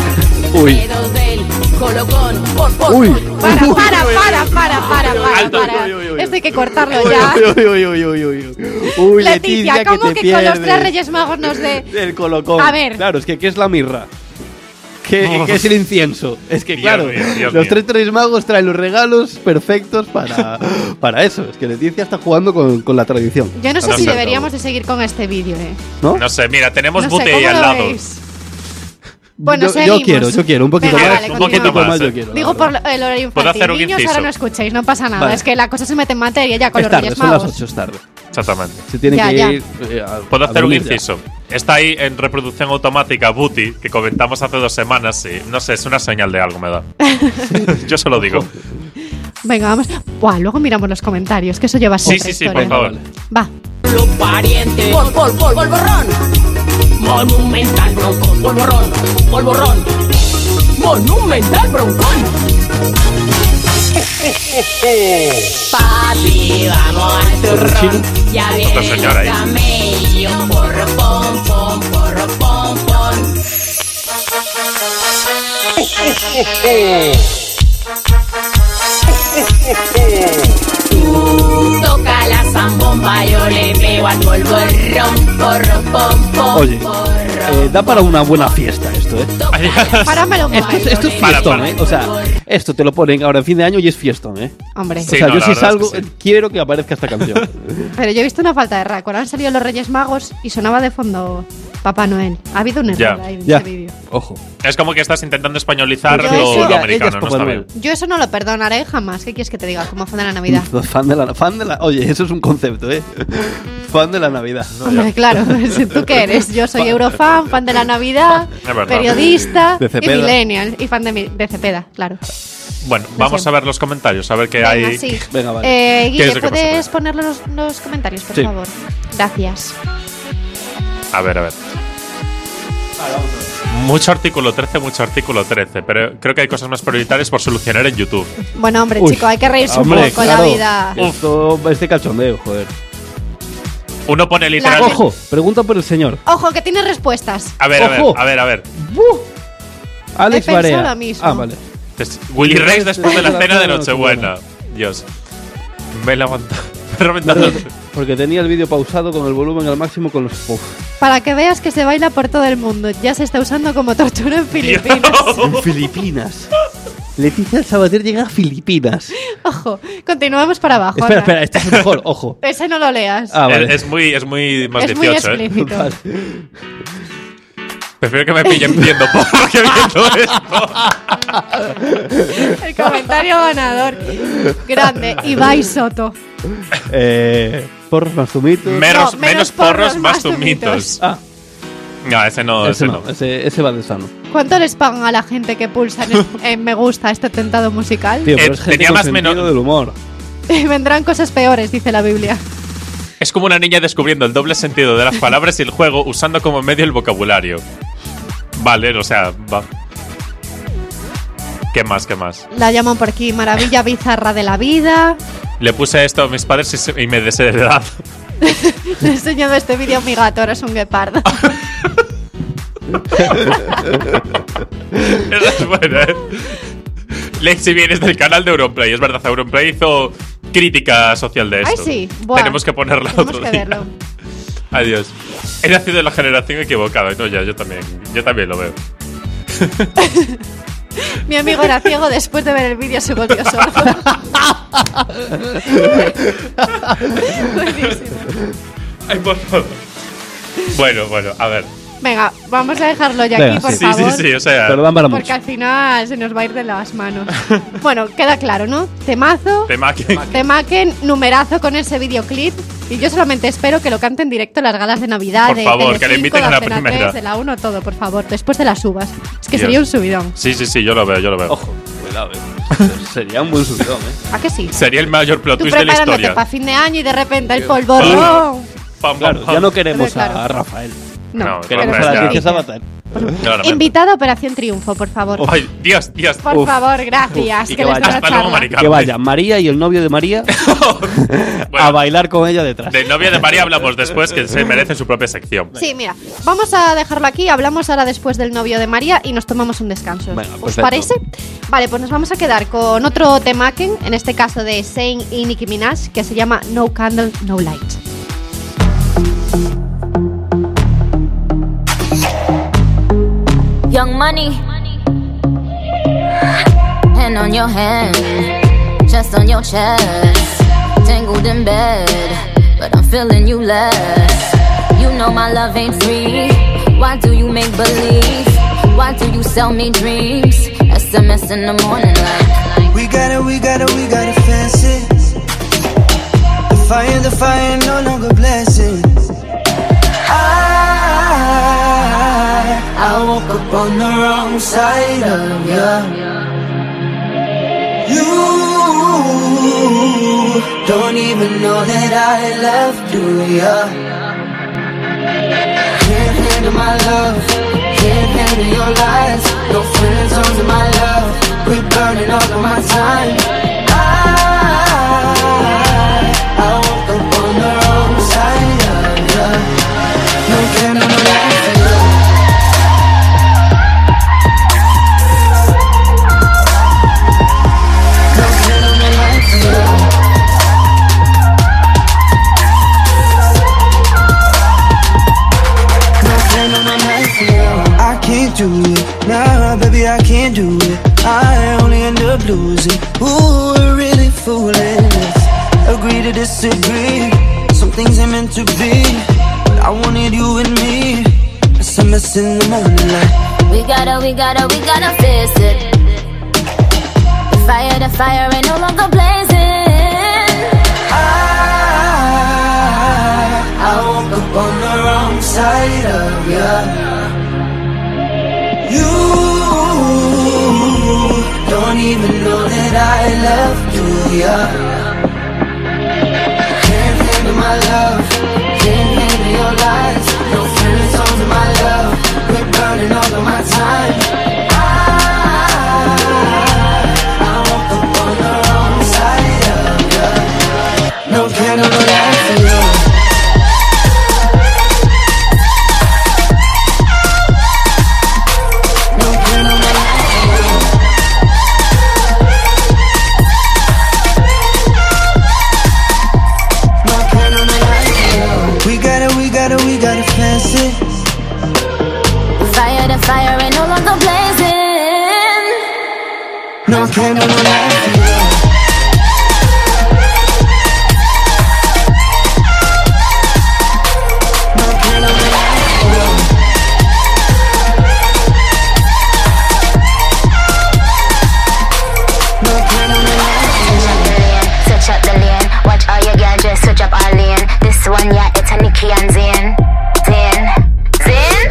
Speaker 5: Uy.
Speaker 7: Dedos del colocón, pol, pol,
Speaker 5: Uy.
Speaker 7: pol.
Speaker 3: Para, para, para, para, para, para,
Speaker 4: Alto.
Speaker 3: para.
Speaker 5: Uy, uy, uy,
Speaker 3: Esto hay que cortarlo ya.
Speaker 5: Uy, uy, uy, uy, uy, uy. Uy,
Speaker 3: Leticia,
Speaker 5: Leticia,
Speaker 3: ¿cómo
Speaker 5: que te
Speaker 3: que con los tres
Speaker 5: pierdes.
Speaker 3: Reyes Magos nos de
Speaker 5: El colocón.
Speaker 3: A ver.
Speaker 5: Claro, es que ¿qué es la mirra? ¿Qué,
Speaker 4: Uf.
Speaker 5: qué es el incienso? Es que,
Speaker 4: Dios
Speaker 5: claro,
Speaker 4: mío, Dios
Speaker 5: los
Speaker 4: mío.
Speaker 5: tres tres magos traen los regalos perfectos (laughs) para, para eso. Es que Leticia está jugando con, con la tradición.
Speaker 3: Yo no sé
Speaker 4: No
Speaker 3: si
Speaker 4: sé.
Speaker 3: deberíamos de seguir con este vídeo, eh.
Speaker 5: ¿No?
Speaker 4: No sé, mira, tenemos
Speaker 3: No
Speaker 4: Bute
Speaker 3: sé,
Speaker 4: ahí
Speaker 3: ¿cómo
Speaker 4: al
Speaker 3: lo
Speaker 4: lado.
Speaker 3: veis? Bueno,
Speaker 5: yo,
Speaker 3: seguimos.
Speaker 5: yo quiero, yo quiero, un poquito
Speaker 3: Venga,
Speaker 5: más.
Speaker 3: vale,
Speaker 4: un poquito
Speaker 3: continuamos.
Speaker 4: más,
Speaker 5: yo
Speaker 4: eh.
Speaker 5: quiero. la
Speaker 3: Digo
Speaker 5: verdad.
Speaker 3: por lo- el horario
Speaker 4: Puedo hacer un
Speaker 3: infantil. Niños, ahora
Speaker 4: inciso.
Speaker 3: no escuchéis, no pasa nada.
Speaker 5: Vale.
Speaker 3: Es que la cosa se mete en materia ya con
Speaker 5: Es
Speaker 3: los
Speaker 5: tarde,
Speaker 3: Reyes
Speaker 5: son las
Speaker 3: Magos.
Speaker 5: 8, es tarde.
Speaker 4: Exactamente.
Speaker 5: Se tiene
Speaker 3: Ya,
Speaker 5: que
Speaker 3: ya.
Speaker 5: ir. eh, a-
Speaker 4: Puedo
Speaker 5: a
Speaker 4: hacer un
Speaker 5: dormir ya.
Speaker 4: inciso. Está ahí en reproducción automática Booty, que comentamos hace dos semanas y no sé, es una señal de algo
Speaker 3: (laughs)
Speaker 4: me da. Yo se lo digo.
Speaker 3: Venga, vamos. Buah, luego miramos los comentarios, que eso lleva
Speaker 4: Sí,
Speaker 3: siempre
Speaker 4: sí, sí,
Speaker 3: historia.
Speaker 4: por favor.
Speaker 5: Vale.
Speaker 3: Va.
Speaker 7: Los parientes, pol, pol, pol, polvorrón. Monumental broncón, polvorrón, polvorrón. Monumental broncón. Papi, vamos al turrón. Ya viene
Speaker 4: Otra señora ahí.
Speaker 7: el camello. Porro, pom, pom, porro, pom, pom. Toca la zambomba, yo le pego al polvorrón. Porro, pom, pom,
Speaker 5: Oye,
Speaker 7: porro.
Speaker 5: eh, da para una buena fiesta esto, ¿eh?
Speaker 7: Toca
Speaker 3: Páramelo un
Speaker 5: Esto, es- esto es
Speaker 4: Para,
Speaker 5: fiestón,
Speaker 4: para.
Speaker 5: ¿eh? O sea, esto te lo ponen ahora en fin de año y es fiestón, ¿eh?
Speaker 3: Hombre,
Speaker 5: O
Speaker 4: Sí.
Speaker 5: sea,
Speaker 4: no,
Speaker 5: yo
Speaker 4: la
Speaker 5: si
Speaker 4: verdad es que
Speaker 5: salgo,
Speaker 4: sí.
Speaker 5: quiero que aparezca esta canción.
Speaker 4: (laughs)
Speaker 3: pero yo he visto una falta de error. Cuando han salido los Reyes Magos y sonaba de fondo Papá Noel. Ha habido un error
Speaker 4: Ya.
Speaker 3: ahí en
Speaker 5: ya.
Speaker 3: este vídeo.
Speaker 5: Ojo.
Speaker 4: Es como que estás intentando españolizar
Speaker 3: Yo
Speaker 4: lo,
Speaker 3: eso-
Speaker 4: lo
Speaker 3: Ella-
Speaker 4: americano, no está bien.
Speaker 3: Yo eso no lo perdonaré jamás. ¿Qué quieres que te diga? Como fan de la
Speaker 8: (laughs)
Speaker 3: Navidad.
Speaker 5: (laughs) Fan de la, fan de la, oye, eso es un concepto, ¿eh? (laughs) Fan de la Navidad.
Speaker 3: Hombre, claro, (laughs) tú qué eres. Yo soy eurofan, fan de la Navidad,
Speaker 4: verdad.
Speaker 3: periodista
Speaker 5: De
Speaker 3: y
Speaker 5: Cepeda.
Speaker 3: millennial. Y fan de, mi- de Cepeda, claro.
Speaker 4: Bueno, vamos
Speaker 3: sé.
Speaker 4: a ver los comentarios, a ver qué
Speaker 3: Venga,
Speaker 4: hay.
Speaker 3: sí.
Speaker 8: Venga, vale.
Speaker 3: Eh,
Speaker 4: Eh, ¿Qué es
Speaker 3: Guille,
Speaker 4: lo que
Speaker 3: ¿puedes
Speaker 4: pasa?
Speaker 3: ponerle los, los comentarios, por
Speaker 8: Sí.
Speaker 3: favor? Gracias.
Speaker 4: A ver, a ver. Mucho artículo 13, mucho artículo 13, pero creo que hay cosas más prioritarias por solucionar en YouTube.
Speaker 3: Bueno, hombre,
Speaker 8: Uy,
Speaker 3: chico, hay que reírse un
Speaker 8: Hombre,
Speaker 3: poco
Speaker 8: claro,
Speaker 3: la vida.
Speaker 8: Esto, este cachondeo, joder.
Speaker 4: Uno pone literalmente.
Speaker 8: Ojo, pregunta por el señor.
Speaker 3: Ojo, que tiene respuestas.
Speaker 4: A ver, a ver,
Speaker 8: Ojo.
Speaker 4: a ver, a ver.
Speaker 8: ¡Buh! Alex
Speaker 3: He pensado
Speaker 8: Barea.
Speaker 3: lo mismo.
Speaker 8: Ah, (laughs) vale.
Speaker 4: Des- Willy
Speaker 8: Literalmente
Speaker 4: Rex después de la
Speaker 8: la
Speaker 4: cena de
Speaker 8: cena de
Speaker 4: Nochebuena. Dios. Me he levantado. Me he reventado.
Speaker 8: Pero- Porque tenía el vídeo pausado con el volumen al máximo con los. Uf,
Speaker 3: Para que veas que se baila por todo el mundo. Ya se está usando como tortura
Speaker 4: (laughs)
Speaker 3: en Filipinas. (laughs)
Speaker 8: en Filipinas. Leticia Sabater llega a Filipinas.
Speaker 3: Ojo, continuamos para abajo. ahora.
Speaker 8: espera, espera, este es mejor, ojo.
Speaker 3: Ese no lo leas.
Speaker 8: (laughs) Ah, vale.
Speaker 4: Es, es muy, es muy más
Speaker 3: es muy
Speaker 4: 18, ¿eh?
Speaker 3: explícito.
Speaker 8: (laughs) Vale.
Speaker 4: Prefiero que me pillen
Speaker 3: (laughs)
Speaker 4: viendo porno que viendo esto.
Speaker 3: El comentario ganador.
Speaker 8: (laughs)
Speaker 3: Grande. Ibai Soto.
Speaker 8: Eh, porros más zumitos.
Speaker 4: Menos,
Speaker 3: No, menos
Speaker 4: menos porros,
Speaker 3: porros,
Speaker 4: más
Speaker 3: más zumitos.
Speaker 4: zumitos.
Speaker 8: Ah,
Speaker 4: No, ese no, ese,
Speaker 8: ese
Speaker 4: no.
Speaker 8: no, ese, ese va de sano.
Speaker 3: ¿Cuánto les pagan a la gente que pulsa en, en me gusta este tentado musical?
Speaker 8: Tío,
Speaker 4: Eh,
Speaker 8: pero es gente
Speaker 4: tenía
Speaker 8: con
Speaker 4: más
Speaker 8: sentido
Speaker 4: menos-
Speaker 8: del humor.
Speaker 3: (laughs) Vendrán cosas peores, dice la Biblia.
Speaker 4: Es como una niña descubriendo el doble sentido de las palabras y el juego usando como medio el vocabulario. Vale, o sea, va. ¿Qué más? ¿Qué más?
Speaker 3: La llaman por aquí maravilla bizarra de la
Speaker 8: (laughs)
Speaker 3: vida.
Speaker 4: Le puse esto a mis padres y, se- y me desheredaron.
Speaker 3: Le he enseñado este vídeo a mi gato, ahora es un
Speaker 4: (laughs)
Speaker 3: guepardo.
Speaker 4: Eso (laughs) es bueno, ¿eh? Lexi vienes del canal de Auronplay. Es verdad, Auronplay hizo crítica social de
Speaker 3: Ay,
Speaker 4: esto.
Speaker 3: sí. Buah.
Speaker 4: Tenemos que ponerla
Speaker 3: Tenemos
Speaker 4: otro
Speaker 3: que
Speaker 4: día.
Speaker 3: verlo.
Speaker 4: Adiós. He nacido en la generación equivocada. No, ya, yo también. Yo también lo veo.
Speaker 3: Mi amigo era ciego, después de ver el vídeo se volvió sordo. Buenísimo.
Speaker 4: Ay, por favor. Bueno, bueno, a ver.
Speaker 3: Venga, vamos a dejarlo ya
Speaker 8: Venga,
Speaker 3: aquí, por
Speaker 8: sí.
Speaker 4: Sí, sí,
Speaker 3: favor.
Speaker 4: sí, o sea.
Speaker 8: Pero dan para mucho.
Speaker 3: Porque al final se nos va a ir de las manos. bueno, queda claro, ¿no? Temazo,
Speaker 4: Tema que.
Speaker 3: te maquen numerazo con ese videoclip. Y yo solamente espero que lo canten directo en las galas de Navidad.
Speaker 4: Por
Speaker 3: de
Speaker 4: favor, que le
Speaker 3: Telecinco,
Speaker 4: inviten a
Speaker 3: de
Speaker 4: la
Speaker 3: Antena
Speaker 4: primera.
Speaker 3: 3, de la 1, todo, por favor. Después de las uvas. Es que
Speaker 4: Dios.
Speaker 3: sería un subidón.
Speaker 4: Sí, sí, sí, yo lo veo, yo lo veo.
Speaker 8: Ojo, cuidado, eh. (laughs) Sería un buen subidón, eh.
Speaker 3: ¿A que sí?
Speaker 4: Sería el mayor plot
Speaker 3: Tú
Speaker 4: twist de la
Speaker 3: preparándote
Speaker 4: historia. Ah.
Speaker 3: para fin de año y de repente el
Speaker 4: Claro.
Speaker 3: polvorón.
Speaker 4: Pam, pam,
Speaker 8: Claro,
Speaker 4: pam.
Speaker 8: ya no queremos
Speaker 3: Pero claro.
Speaker 8: a Rafael.
Speaker 4: No,
Speaker 3: No,
Speaker 4: Rafael,
Speaker 8: Queremos a
Speaker 4: ya.
Speaker 8: la
Speaker 3: pero
Speaker 8: Leticia
Speaker 3: sí.
Speaker 8: Sabater.
Speaker 4: Claramente.
Speaker 3: Invitada a Operación Triunfo, por favor.
Speaker 4: Ay, Dios, Dios.
Speaker 3: Por
Speaker 8: Uf.
Speaker 3: favor, gracias.
Speaker 8: Uf, y
Speaker 3: que
Speaker 8: que
Speaker 3: les
Speaker 8: vaya.
Speaker 3: doy la
Speaker 4: Hasta luego,
Speaker 3: charla.
Speaker 4: marica.
Speaker 8: Que vaya María y el novio de María
Speaker 4: (laughs) Bueno,
Speaker 8: a bailar con ella detrás.
Speaker 4: de novia de María hablamos después, que se merece su propia sección.
Speaker 3: Sí, mira, vamos a dejarlo aquí, hablamos ahora después del novio de María y nos tomamos un descanso.
Speaker 8: Venga,
Speaker 3: ¿Os
Speaker 8: perfecto.
Speaker 3: parece? Vale, pues nos vamos a quedar con otro temaken, en este caso de Zayn y Nicki Minaj, que se llama No Candle, No Light.
Speaker 7: Young money. Hand on your hand, chest on your chest. Tangled in bed, but I'm feeling you less. You know my love ain't free. Why do you make believe? Why do you sell me dreams? SMS in the morning, like,
Speaker 6: We got it, we got it, we got it fancy. The fire, the fire, no longer blessings. I, I woke up on the wrong side of ya. You don't even know that I love, do ya? Can't handle my love, can't handle your lies. No friends, arms in my love, we burning all of my time. I, I woke up on the wrong side of love. No candle, no light for you. No candle, no light for you. I can't do it, nah, baby, I can't do it. I only end up losing. Ooh, we're really fooling. Agree to disagree. Some things ain't meant to be. But I wanted you and me. SMS in the morning light.
Speaker 7: we gotta, we gotta, we gotta fix it. The fire, the fire ain't no longer blazing.
Speaker 6: I, I woke up on the wrong side of ya. You don't don't even know that I love you, yeah. Can't handle my love, can't handle your lies. No friendly songs in my love, quit burning all of my time. I, I woke up on the wrong side of ya. No candle, no light for you. No candle, no light for you. My plan on the line. We got it, we got it, we got it fancy.
Speaker 9: Fire the fire ain't no longer blazing.
Speaker 6: No candle, no light for you. No candle, no light for you. No candle, no light for you.
Speaker 10: Switch up the lane. Watch all your girl just switch up our lane. This one, yeah, it's a Nikki and Zayn. Zayn. Zayn?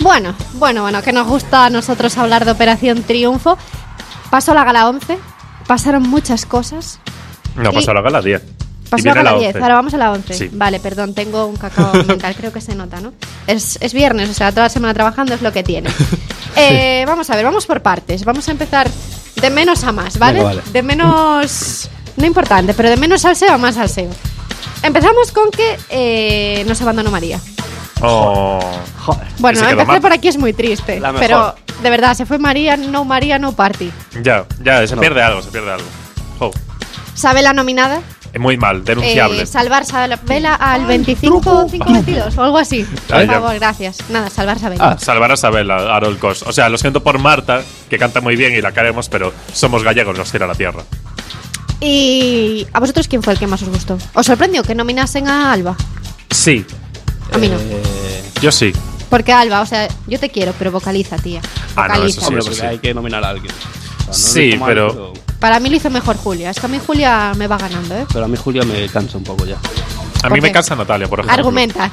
Speaker 3: Bueno, bueno, bueno, que nos gusta a nosotros hablar de Operación Triunfo. Pasó la gala 11, pasaron muchas cosas.
Speaker 4: No,
Speaker 3: Y-
Speaker 4: pasó la gala 10.
Speaker 3: Pasó
Speaker 4: y viene
Speaker 3: la
Speaker 4: la
Speaker 3: gala 10,
Speaker 4: 11.
Speaker 3: ahora vamos a la 11.
Speaker 4: Sí.
Speaker 3: Vale, perdón, tengo un cacao mental, creo que se nota, ¿no? Es, es viernes, o sea, toda la semana trabajando es lo que tiene. Eh, Vamos a ver, vamos por partes. Vamos a empezar de menos a más, ¿vale?
Speaker 5: Venga, vale.
Speaker 3: De menos. No importante, pero de menos salseo a más salseo. Empezamos con que eh, nos abandonó María.
Speaker 4: Oh.
Speaker 5: Joder.
Speaker 3: Bueno,
Speaker 4: se quedó
Speaker 3: empezar
Speaker 4: mal.
Speaker 3: por aquí es muy triste.
Speaker 8: La mejor.
Speaker 3: Pero de verdad, se fue María, no María, no party.
Speaker 4: Ya, ya, se
Speaker 5: No.
Speaker 4: pierde algo, se pierde algo. Oh,
Speaker 3: ¿Sabe la nominada?
Speaker 4: es muy mal, denunciable.
Speaker 3: Eh, salvar Sabela al 25 522 o algo así.
Speaker 4: Ah,
Speaker 3: Por
Speaker 4: ya.
Speaker 3: favor, gracias. Nada, salvar Sabela.
Speaker 5: Ah.
Speaker 4: Salvar a Sabel, a Harold Cos. O sea, lo siento por Marta, que canta muy bien y la queremos, pero somos gallegos, nos quiere la tierra.
Speaker 3: ¿Y a vosotros quién fue el que más os gustó? ¿Os sorprendió que nominasen a Alba?
Speaker 4: Sí,
Speaker 3: A mí no.
Speaker 4: Eh.
Speaker 5: Eh,
Speaker 4: yo sí.
Speaker 3: Porque Alba, o sea, yo te quiero, pero vocaliza, tía.
Speaker 4: Ah, no,
Speaker 3: Vocaliza.
Speaker 4: eso
Speaker 5: Hombre,
Speaker 4: Sí,
Speaker 5: pues
Speaker 4: sí.
Speaker 5: hay que nominar a alguien. O sea, no
Speaker 4: Sí,
Speaker 5: es como
Speaker 4: pero-
Speaker 5: algo,
Speaker 3: Para mí lo hizo mejor Julia. Es que a mí Julia me va ganando, ¿eh?
Speaker 5: Pero a mí Julia me cansa un poco ya.
Speaker 4: A
Speaker 3: ¿Por
Speaker 4: mí me
Speaker 3: qué?
Speaker 4: cansa Natalia, por ejemplo.
Speaker 3: Argumenta.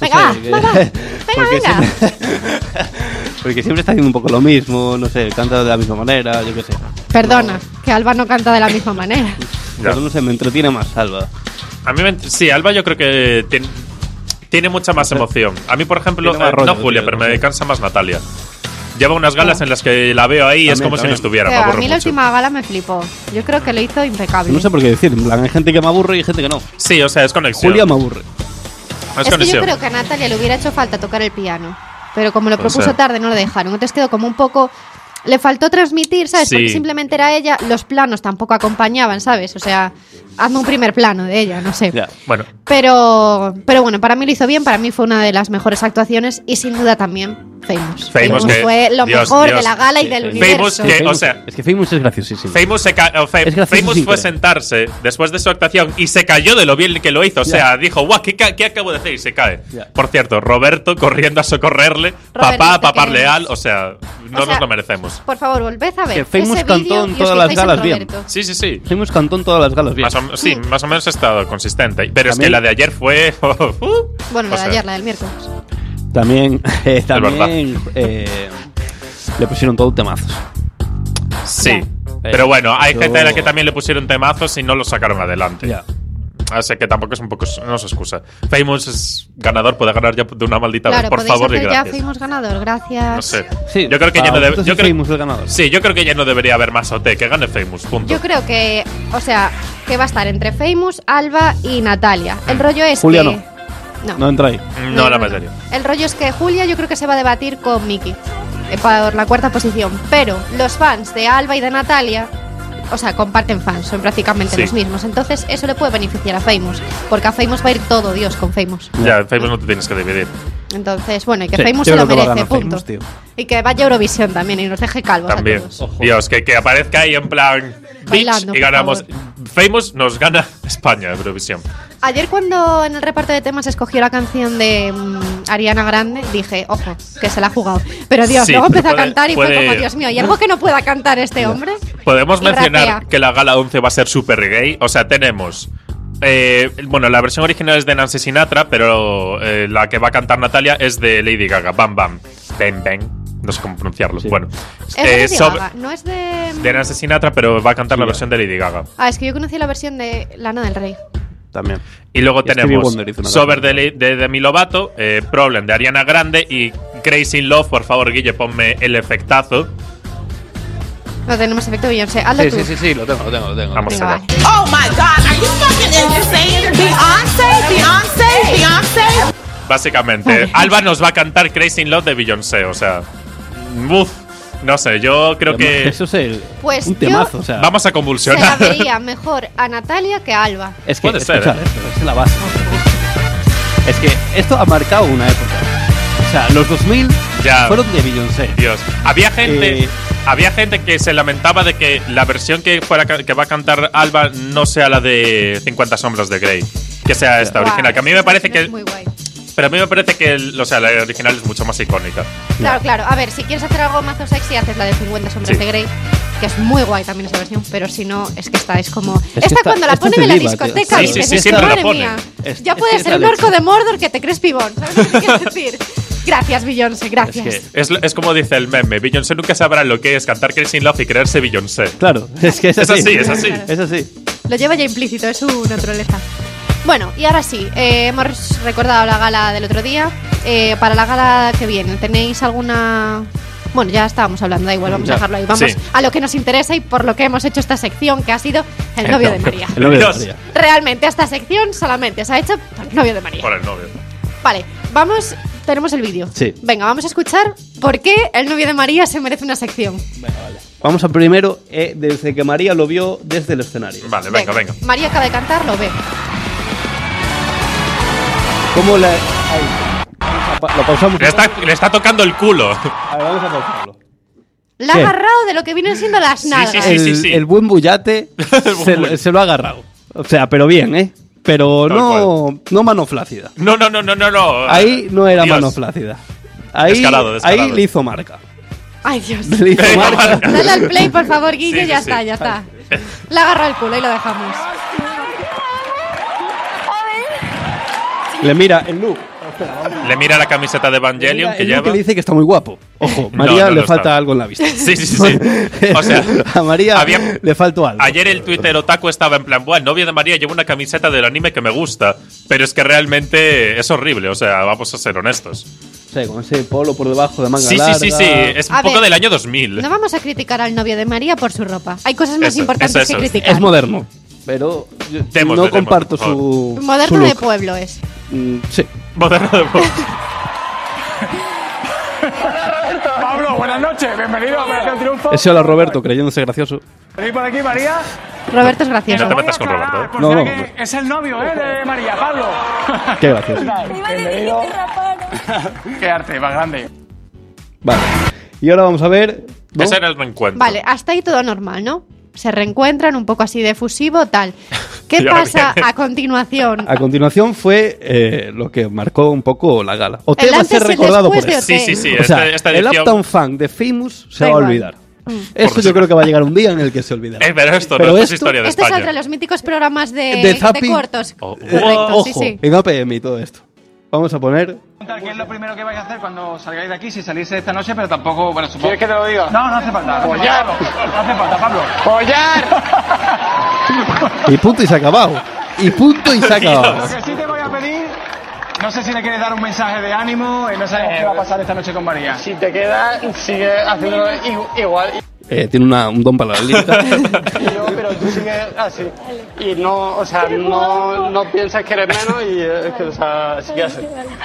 Speaker 3: Venga, va,
Speaker 5: No (laughs) sé, que-
Speaker 3: va,
Speaker 4: (laughs)
Speaker 3: va. Venga,
Speaker 5: porque
Speaker 3: venga.
Speaker 5: siempre- (laughs) porque siempre está haciendo un poco lo mismo, no sé, canta de la misma manera, yo qué sé.
Speaker 3: Perdona, que Alba no canta de la misma manera.
Speaker 4: Ya.
Speaker 5: Pero no sé, me entretiene más Salva.
Speaker 4: A mí me- sí, Alba yo creo que tiene, tiene mucha más emoción. A mí, por ejemplo,
Speaker 5: Tiene más
Speaker 4: eh, no
Speaker 5: rollo,
Speaker 4: Julia,
Speaker 5: tío,
Speaker 4: pero
Speaker 5: no
Speaker 4: me
Speaker 5: sé.
Speaker 4: cansa más Natalia. Lleva unas galas en las que la veo ahí y es
Speaker 5: También,
Speaker 4: como si no
Speaker 5: también.
Speaker 4: estuviera.
Speaker 3: O
Speaker 4: Me
Speaker 3: sea, Ah. a
Speaker 4: aburre
Speaker 3: mí la
Speaker 4: mucho.
Speaker 3: última gala me flipó. Yo creo que lo hizo impecable.
Speaker 5: No sé por qué decir, en plan, hay gente que me aburre y gente que no.
Speaker 4: Sí, o sea, es conexión.
Speaker 5: Julia me aburre.
Speaker 4: es
Speaker 3: Es que yo
Speaker 4: conexión.
Speaker 3: creo que a Natalia le hubiera hecho falta tocar el piano. Pero como lo
Speaker 4: Puede
Speaker 3: propuso
Speaker 4: ser.
Speaker 3: tarde, no lo dejaron. Entonces quedó como un poco. Le faltó transmitir, ¿sabes?
Speaker 4: Sí.
Speaker 3: Porque simplemente era ella. Los planos tampoco acompañaban, ¿sabes? O sea, hazme un primer plano de ella, no sé.
Speaker 5: Ya.
Speaker 4: Bueno,
Speaker 3: Pero, pero bueno, para mí lo hizo bien. Para mí fue una de las mejores actuaciones y sin duda también Famous.
Speaker 4: Famous que-
Speaker 3: fue lo
Speaker 4: Dios,
Speaker 3: mejor
Speaker 4: Dios.
Speaker 3: de la gala y
Speaker 5: Sí,
Speaker 3: del
Speaker 5: Famous.
Speaker 3: universo.
Speaker 4: Que, o
Speaker 5: Famous-
Speaker 4: sea-
Speaker 5: es que Famous es graciosísimo.
Speaker 4: Famous, se ca- o Fa-
Speaker 5: Es gracioso
Speaker 4: Famous
Speaker 5: sin
Speaker 4: fue a
Speaker 5: querer.
Speaker 4: sentarse después de su actuación y se cayó de lo bien que lo hizo. O sea, dijo, guau, ¿qué, ca- qué acabo de hacer? Y se cae.
Speaker 5: Ya.
Speaker 4: Por cierto, Roberto corriendo a socorrerle,
Speaker 3: Roberto,
Speaker 4: papá a
Speaker 3: te
Speaker 4: papar
Speaker 3: queremos.
Speaker 4: leal. O sea, no
Speaker 3: O sea-
Speaker 4: nos lo merecemos.
Speaker 3: Por favor, volved a ver.
Speaker 5: Que Famous
Speaker 3: ese
Speaker 5: cantó
Speaker 3: vídeo
Speaker 5: en
Speaker 3: y os
Speaker 5: todas las
Speaker 3: fijáis en
Speaker 5: galas bien.
Speaker 3: Roberto.
Speaker 4: Sí, sí, sí.
Speaker 5: Famous cantó en todas las galas bien.
Speaker 4: Más o- sí,
Speaker 3: Mm.
Speaker 4: más o menos ha estado consistente. Pero es
Speaker 5: También-
Speaker 4: que la de ayer fue. (laughs) uh,
Speaker 3: Bueno, la
Speaker 4: O
Speaker 3: de
Speaker 4: sea,
Speaker 3: ayer, la del miércoles.
Speaker 5: También, (laughs) eh,
Speaker 4: verdad.
Speaker 5: también eh, le pusieron todo temazos.
Speaker 4: Sí.
Speaker 5: Ya.
Speaker 4: Pero bueno, hay
Speaker 5: Yo-
Speaker 4: gente a la que también le pusieron temazos y no lo sacaron adelante.
Speaker 5: Ya.
Speaker 4: Así que tampoco es un poco. No se excusa. Famous es ganador, puede ganar ya de una maldita
Speaker 3: Claro,
Speaker 4: vez. Por
Speaker 3: podéis
Speaker 4: favor y
Speaker 3: hacer ya
Speaker 4: gracias.
Speaker 3: Famous ganador. Gracias.
Speaker 4: No sé.
Speaker 5: Sí,
Speaker 4: yo creo que ya
Speaker 5: para
Speaker 4: no debe.
Speaker 5: vosotros
Speaker 4: Yo
Speaker 5: es
Speaker 4: creo,
Speaker 5: Famous el ganador.
Speaker 4: Sí, yo creo que ya no debería haber más OT. Que gane Famous, punto.
Speaker 3: Yo creo que, o sea, que va a estar entre Famous, Alba y Natalia. El rollo es
Speaker 5: Julia
Speaker 3: que.
Speaker 5: no. No entra ahí.
Speaker 4: no, la metería.
Speaker 3: El rollo es que Julia yo creo que se va a debatir con Miki eh, por la cuarta posición. Pero los fans de Alba y de Natalia, o sea, comparten fans, son prácticamente
Speaker 4: Sí.
Speaker 3: los mismos. Entonces eso le puede beneficiar a Famous, porque a Famous va a ir todo Dios con Famous.
Speaker 4: Ya, en Famous no te tienes que dividir.
Speaker 3: Entonces, bueno, y que
Speaker 5: Sí,
Speaker 3: Famous
Speaker 5: yo
Speaker 3: se lo
Speaker 5: creo que va a
Speaker 3: merece,
Speaker 5: ganar
Speaker 3: punto.
Speaker 5: Famous, tío.
Speaker 3: y que vaya a Eurovisión también y nos deje calvos a
Speaker 4: También.
Speaker 3: todos.
Speaker 4: Dios, que, que aparezca ahí en plan. Bitch,
Speaker 3: Bailando,
Speaker 4: y
Speaker 3: por
Speaker 4: ganamos.
Speaker 3: favor.
Speaker 4: Famous nos gana España, Eurovisión.
Speaker 3: Ayer cuando en el reparto de temas escogió la canción de mm, Ariana Grande, dije, ojo, que se la ha jugado. Pero Dios,
Speaker 4: Sí,
Speaker 3: luego empezó
Speaker 4: puede-
Speaker 3: a cantar y
Speaker 4: puede-
Speaker 3: fue como, Dios mío, ¿y algo que no pueda cantar este hombre?
Speaker 4: Podemos
Speaker 3: Y
Speaker 4: mencionar
Speaker 3: rapea.
Speaker 4: que la gala 11 va a ser super gay. O sea, tenemos. eh, bueno, la versión original es de Nancy Sinatra, pero eh, la que va a cantar Natalia es de Lady Gaga. Bam, bam. Bang, bang. No sé cómo pronunciarlo.
Speaker 5: Sí.
Speaker 4: Bueno,
Speaker 3: Es de
Speaker 4: eh,
Speaker 3: Lady
Speaker 4: sobre-
Speaker 3: Gaga, no es de...
Speaker 4: de Nancy Sinatra, pero va a cantar la versión de Lady Gaga.
Speaker 3: Ah, es que yo conocí la versión de Lana del Rey.
Speaker 5: También.
Speaker 4: Y luego
Speaker 5: Stevie
Speaker 4: tenemos
Speaker 5: Wonder hizo una
Speaker 4: Sober de,
Speaker 5: canción.
Speaker 4: Le- de Demi Lovato, eh, Problem de Ariana Grande y Crazy in Love. Por favor, Guille, ponme el efectazo.
Speaker 3: No tenemos efecto Beyoncé, hazlo
Speaker 5: Sí,
Speaker 3: tú.
Speaker 5: sí, sí, sí, lo tengo, lo tengo, lo tengo.
Speaker 4: Vamos
Speaker 3: Venga,
Speaker 4: a
Speaker 3: va.
Speaker 4: ver.
Speaker 7: Oh my God, are you fucking insane? Beyonce, Beyonce, Beyonce.
Speaker 4: Básicamente, Alba nos va a cantar Crazy in Love de Beyoncé, o sea. Uf, no sé, yo creo que.
Speaker 5: Eso es el,
Speaker 3: Pues
Speaker 5: un
Speaker 3: yo-
Speaker 5: temazo, o sea.
Speaker 4: Vamos
Speaker 3: Se
Speaker 4: a
Speaker 3: la
Speaker 4: convulsionar.
Speaker 3: vería mejor a Natalia que a Alba.
Speaker 5: Es que,
Speaker 4: Puede ser,
Speaker 5: escuchad
Speaker 4: ¿eh?
Speaker 5: esto, es la base. Es que esto ha marcado una época. O sea, los 2000
Speaker 4: Ya.
Speaker 5: fueron de Beyoncé.
Speaker 4: (laughs) Dios. Había gente.
Speaker 5: Eh.
Speaker 4: Había gente que se lamentaba de que la versión que, fuera, ca- que va a cantar Alba no sea la de 50 sombras de Grey, que sea esta
Speaker 3: Guau,
Speaker 4: original. Que a mí
Speaker 3: esa
Speaker 4: me parece
Speaker 3: versión
Speaker 4: que,
Speaker 3: es muy guay.
Speaker 4: pero a mí me parece que, el- o sea, la original es mucho más icónica.
Speaker 3: Claro, claro. A ver, si quieres hacer algo mazo sexy, haces la de 50 sombras
Speaker 4: Sí.
Speaker 3: de Grey, que es muy guay también esa versión, pero si no, es que esta es como...
Speaker 5: que
Speaker 3: esta,
Speaker 5: esta-
Speaker 3: cuando la
Speaker 5: esta es
Speaker 3: ponen en
Speaker 5: de
Speaker 3: la
Speaker 5: diva, tío.
Speaker 3: discoteca,
Speaker 4: Sí,
Speaker 3: dices,
Speaker 4: sí, sí, siempre la
Speaker 3: madre
Speaker 4: ponen.
Speaker 3: mía,
Speaker 5: Es-
Speaker 3: ya
Speaker 5: es
Speaker 3: puedes
Speaker 5: esta
Speaker 3: ser un
Speaker 5: leche.
Speaker 3: orco de Mordor que te crees pibón, ¿sabes lo que quiero
Speaker 4: (laughs)
Speaker 3: decir? Gracias, Beyoncé, gracias.
Speaker 5: Es
Speaker 4: Eh, Es, es como dice el meme, Beyoncé nunca sabrá lo que es cantar Crazy in Love y creerse Beyoncé. (laughs)
Speaker 5: Claro, es que es
Speaker 4: Es
Speaker 5: así.
Speaker 4: así, es así.
Speaker 5: Es así.
Speaker 3: Lo lleva ya implícito, es su naturaleza. Bueno, y ahora sí, eh, hemos recordado la gala del otro día. Eh, para la gala que viene, ¿tenéis alguna...? Bueno, ya estábamos hablando, da igual, vamos
Speaker 5: Ya,
Speaker 3: a dejarlo ahí. Vamos
Speaker 4: sí.
Speaker 3: a lo que nos interesa y por lo que hemos hecho esta sección, que ha sido el novio de María.
Speaker 5: El novio de
Speaker 4: Dios.
Speaker 5: María.
Speaker 3: Realmente esta sección solamente se ha hecho por el novio de María.
Speaker 4: Por el novio.
Speaker 3: Vale, vamos, tenemos el vídeo.
Speaker 5: Sí.
Speaker 3: Venga, vamos a escuchar por qué el novio de María se merece una sección.
Speaker 5: Vamos a primero, eh, desde que María lo vio desde el escenario.
Speaker 4: Vale, venga, venga.
Speaker 3: María acaba de cantar, lo ve.
Speaker 5: ¿Cómo la. ahí. Vamos a pa- Lo pausamos.
Speaker 4: Le está, le está tocando el culo. (laughs)
Speaker 5: A ver, vamos a pausarlo.
Speaker 3: La ha
Speaker 5: ¿Qué?
Speaker 3: agarrado de lo que vienen siendo las
Speaker 4: Sí,
Speaker 3: nalgas.
Speaker 4: Sí,
Speaker 5: el,
Speaker 4: sí, sí.
Speaker 5: el buen
Speaker 4: (laughs)
Speaker 5: bullate
Speaker 4: buen
Speaker 5: se, lo-
Speaker 4: bullate.
Speaker 5: se lo ha agarrado. O sea, pero bien, ¿eh? Pero
Speaker 4: Tal
Speaker 5: no, no mano flácida.
Speaker 4: No, no, no, no, no. no.
Speaker 5: Ahí no era
Speaker 4: Dios.
Speaker 5: mano flácida. Ahí,
Speaker 4: Descarado, descarado.
Speaker 5: ahí le hizo marca.
Speaker 3: Ay, Dios.
Speaker 4: (laughs)
Speaker 5: Le
Speaker 4: (laughs)
Speaker 5: hizo
Speaker 4: Venga,
Speaker 5: marca.
Speaker 4: marca.
Speaker 3: Dale
Speaker 4: (laughs)
Speaker 3: al play, por favor, Guille,
Speaker 4: Sí,
Speaker 3: ya
Speaker 4: sí,
Speaker 3: está,
Speaker 4: sí.
Speaker 3: ya está. La agarra el culo y lo dejamos.
Speaker 5: Le mira el look.
Speaker 4: Le mira la camiseta de Evangelion
Speaker 5: Mira
Speaker 4: que
Speaker 5: el look
Speaker 4: lleva.
Speaker 5: le dice que está muy guapo. Ojo,
Speaker 4: (laughs)
Speaker 5: María
Speaker 4: no, no
Speaker 5: le
Speaker 4: está.
Speaker 5: falta algo en la vista.
Speaker 4: Sí, sí,
Speaker 5: (laughs)
Speaker 4: sí. O sea,
Speaker 5: a María
Speaker 4: había-
Speaker 5: le faltó algo.
Speaker 4: Ayer el Twitter otaku estaba en plan, bueno, el novio de María lleva una camiseta del anime que me gusta, pero es que realmente es horrible, o sea, vamos a ser honestos.
Speaker 5: O sea, con ese polo por debajo de manga
Speaker 4: Sí, sí,
Speaker 5: larga.
Speaker 4: sí, sí, es un
Speaker 3: A
Speaker 4: poco
Speaker 3: ver,
Speaker 4: del año 2000.
Speaker 3: No vamos a criticar al novio de María por su ropa. Hay cosas más
Speaker 4: Eso,
Speaker 3: importantes
Speaker 4: eso, eso.
Speaker 3: que criticar.
Speaker 5: Es moderno. Pero yo
Speaker 4: Demos,
Speaker 5: no
Speaker 4: demos,
Speaker 5: comparto
Speaker 4: por favor.
Speaker 5: su. su
Speaker 3: Moderno
Speaker 5: look.
Speaker 3: de pueblo es.
Speaker 5: Mm, Sí.
Speaker 4: (laughs) Moderno de voz.
Speaker 3: (laughs)
Speaker 8: Pablo, buenas noches, bienvenido a Operación Triunfo.
Speaker 5: Ese hola Roberto creyéndose gracioso.
Speaker 8: Vení por aquí, María.
Speaker 3: Roberto es gracioso.
Speaker 4: No te metas con
Speaker 8: Voy a aclarar,
Speaker 4: Roberto.
Speaker 8: por
Speaker 5: No,
Speaker 8: si
Speaker 5: no.
Speaker 8: alguien- Es el novio, ¿eh? De María, Pablo. (laughs)
Speaker 5: Qué gracioso.
Speaker 8: Bienvenido. Qué arte, más grande.
Speaker 5: Vale. Y ahora vamos a ver. ¿no?
Speaker 4: Ese era el reencuentro.
Speaker 3: Vale, hasta ahí todo normal, ¿no? Se reencuentran un poco así de fusivo,
Speaker 4: (laughs)
Speaker 3: tal. ¿Qué
Speaker 4: Y ahora
Speaker 3: pasa
Speaker 4: viene.
Speaker 3: a continuación?
Speaker 5: (laughs) A continuación fue eh, lo que marcó un poco la gala. O te
Speaker 3: El
Speaker 5: va a ser
Speaker 3: antes y el
Speaker 5: recordado por
Speaker 3: después
Speaker 5: eso.
Speaker 3: de
Speaker 4: Sí, sí, sí.
Speaker 5: O sea,
Speaker 4: esta, esta
Speaker 5: el
Speaker 4: edición-
Speaker 5: Uptown Funk de Famous se
Speaker 3: Da
Speaker 5: va a
Speaker 3: igual. Mm.
Speaker 5: olvidar.
Speaker 4: Por
Speaker 5: Esto yo
Speaker 4: supuesto.
Speaker 5: creo que va a llegar un día en el que se olvidará.
Speaker 4: Eh, pero esto
Speaker 5: Pero
Speaker 4: no esto es
Speaker 5: esto-
Speaker 4: historia de
Speaker 3: Este es
Speaker 4: España.
Speaker 3: otro de los míticos programas de,
Speaker 5: De
Speaker 3: de
Speaker 5: zapping.
Speaker 3: cortos.
Speaker 4: Oh, oh.
Speaker 3: Correcto,
Speaker 5: Ojo,
Speaker 3: Ah, sí, sí.
Speaker 5: en APM y todo esto. Vamos a poner.
Speaker 8: Contar ¿Qué es lo primero que vais a hacer cuando salgáis de aquí? Si salís esta noche, pero tampoco, bueno, supongo... ¿Quieres que te lo diga? No, no hace falta. ¡Pollar! No hace falta, Pablo.
Speaker 5: Y punto y se ha acabado. Y punto y se ha
Speaker 8: Lo
Speaker 5: acabado.
Speaker 8: que sí te voy a pedir, no sé si le quieres dar un mensaje de ánimo, eh, no sabemos qué va a pasar esta noche con María. Sí,
Speaker 5: Eh, tiene una- un don para la lírica.
Speaker 3: (laughs)
Speaker 8: pero tú sigues así. Y no, o sea, no, no piensas que eres menos y es que, o sea, sí que así.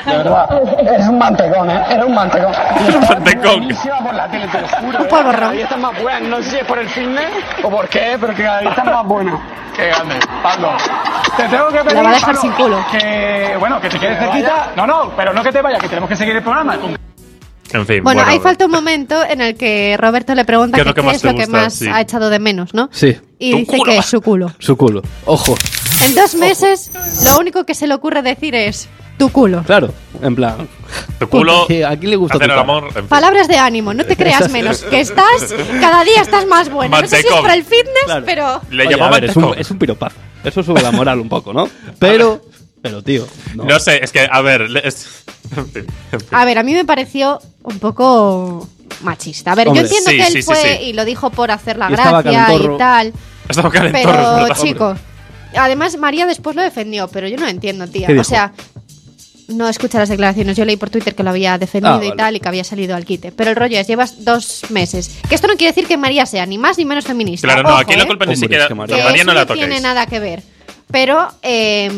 Speaker 8: De verdad, eres un mantecón, ¿eh? Eres un mantecón.
Speaker 4: (laughs) Mantecón.
Speaker 8: por la tele, te lo juro.
Speaker 3: Un polvorrón.
Speaker 8: Ahí estás más buena, no sé si es por el fitness o por qué, pero que ahí estás más buena. Qué grande, Pablo. Te tengo que pedir,
Speaker 3: La va a dejar
Speaker 8: Pablo,
Speaker 3: sin culo.
Speaker 8: Que, bueno, que te quedes cerquita. No, no, pero no que te vayas, que tenemos que seguir el programa.
Speaker 4: En fin,
Speaker 3: Bueno,
Speaker 4: bueno, (laughs)
Speaker 3: ahí falta un momento en el que Roberto le pregunta
Speaker 4: ¿Qué
Speaker 3: que
Speaker 4: es lo que
Speaker 3: qué
Speaker 4: más
Speaker 3: es
Speaker 4: te
Speaker 3: lo que
Speaker 4: gusta?
Speaker 3: más
Speaker 4: Sí.
Speaker 3: ha echado de menos, ¿no?
Speaker 5: Sí.
Speaker 3: y
Speaker 4: Tu
Speaker 3: dice
Speaker 4: culo.
Speaker 3: que es su culo.
Speaker 5: Su culo. Ojo.
Speaker 3: En dos meses, lo único que se le ocurre decir es tu culo.
Speaker 5: Claro. En plan.
Speaker 4: Tu culo,
Speaker 5: Sí, ¿A quién le gusta tu
Speaker 4: hacer el
Speaker 5: cara?
Speaker 4: amor. en fin.
Speaker 3: Palabras de ánimo, no te creas
Speaker 5: (laughs)
Speaker 3: menos, que estás, cada día estás más bueno. No sé si es
Speaker 4: Mantecón.
Speaker 3: para el fitness,
Speaker 5: Claro.
Speaker 3: pero
Speaker 4: Le
Speaker 5: Oye, a
Speaker 4: llamaban
Speaker 5: ver, es un,
Speaker 4: tacón.
Speaker 5: es un piropazo. Eso sube la moral un poco, ¿no? Pero. Pero, tío. No.
Speaker 4: No sé, es que, a ver. le- es- (laughs) en fin, en fin.
Speaker 3: a ver, a mí me pareció un poco machista. A ver,
Speaker 5: Hombre,
Speaker 3: yo entiendo
Speaker 4: sí,
Speaker 3: que él
Speaker 4: sí, sí,
Speaker 3: fue
Speaker 4: sí.
Speaker 3: y lo dijo por hacer la
Speaker 5: Y estaba
Speaker 3: gracia
Speaker 5: calentorro.
Speaker 3: y tal,
Speaker 4: Estaba calentorro, es
Speaker 3: pero
Speaker 4: verdad.
Speaker 3: chico, además María después lo defendió, pero yo no entiendo, tía.
Speaker 5: ¿Qué dijo?
Speaker 3: O sea, no escuché las declaraciones, yo leí por Twitter que lo había defendido
Speaker 5: Ah,
Speaker 3: y
Speaker 5: vale.
Speaker 3: tal y que había salido al quite. Pero el rollo es, llevas dos meses. Que esto no quiere decir que María sea ni más ni menos feminista.
Speaker 4: Claro, no,
Speaker 3: Ojo,
Speaker 4: aquí la
Speaker 3: ¿eh?
Speaker 4: culpa ni
Speaker 5: Hombre,
Speaker 4: siquiera.
Speaker 5: es que María-
Speaker 4: a
Speaker 3: que
Speaker 4: María
Speaker 3: eso
Speaker 4: no la
Speaker 3: tiene
Speaker 4: toquéis.
Speaker 3: nada que ver. Pero, eh,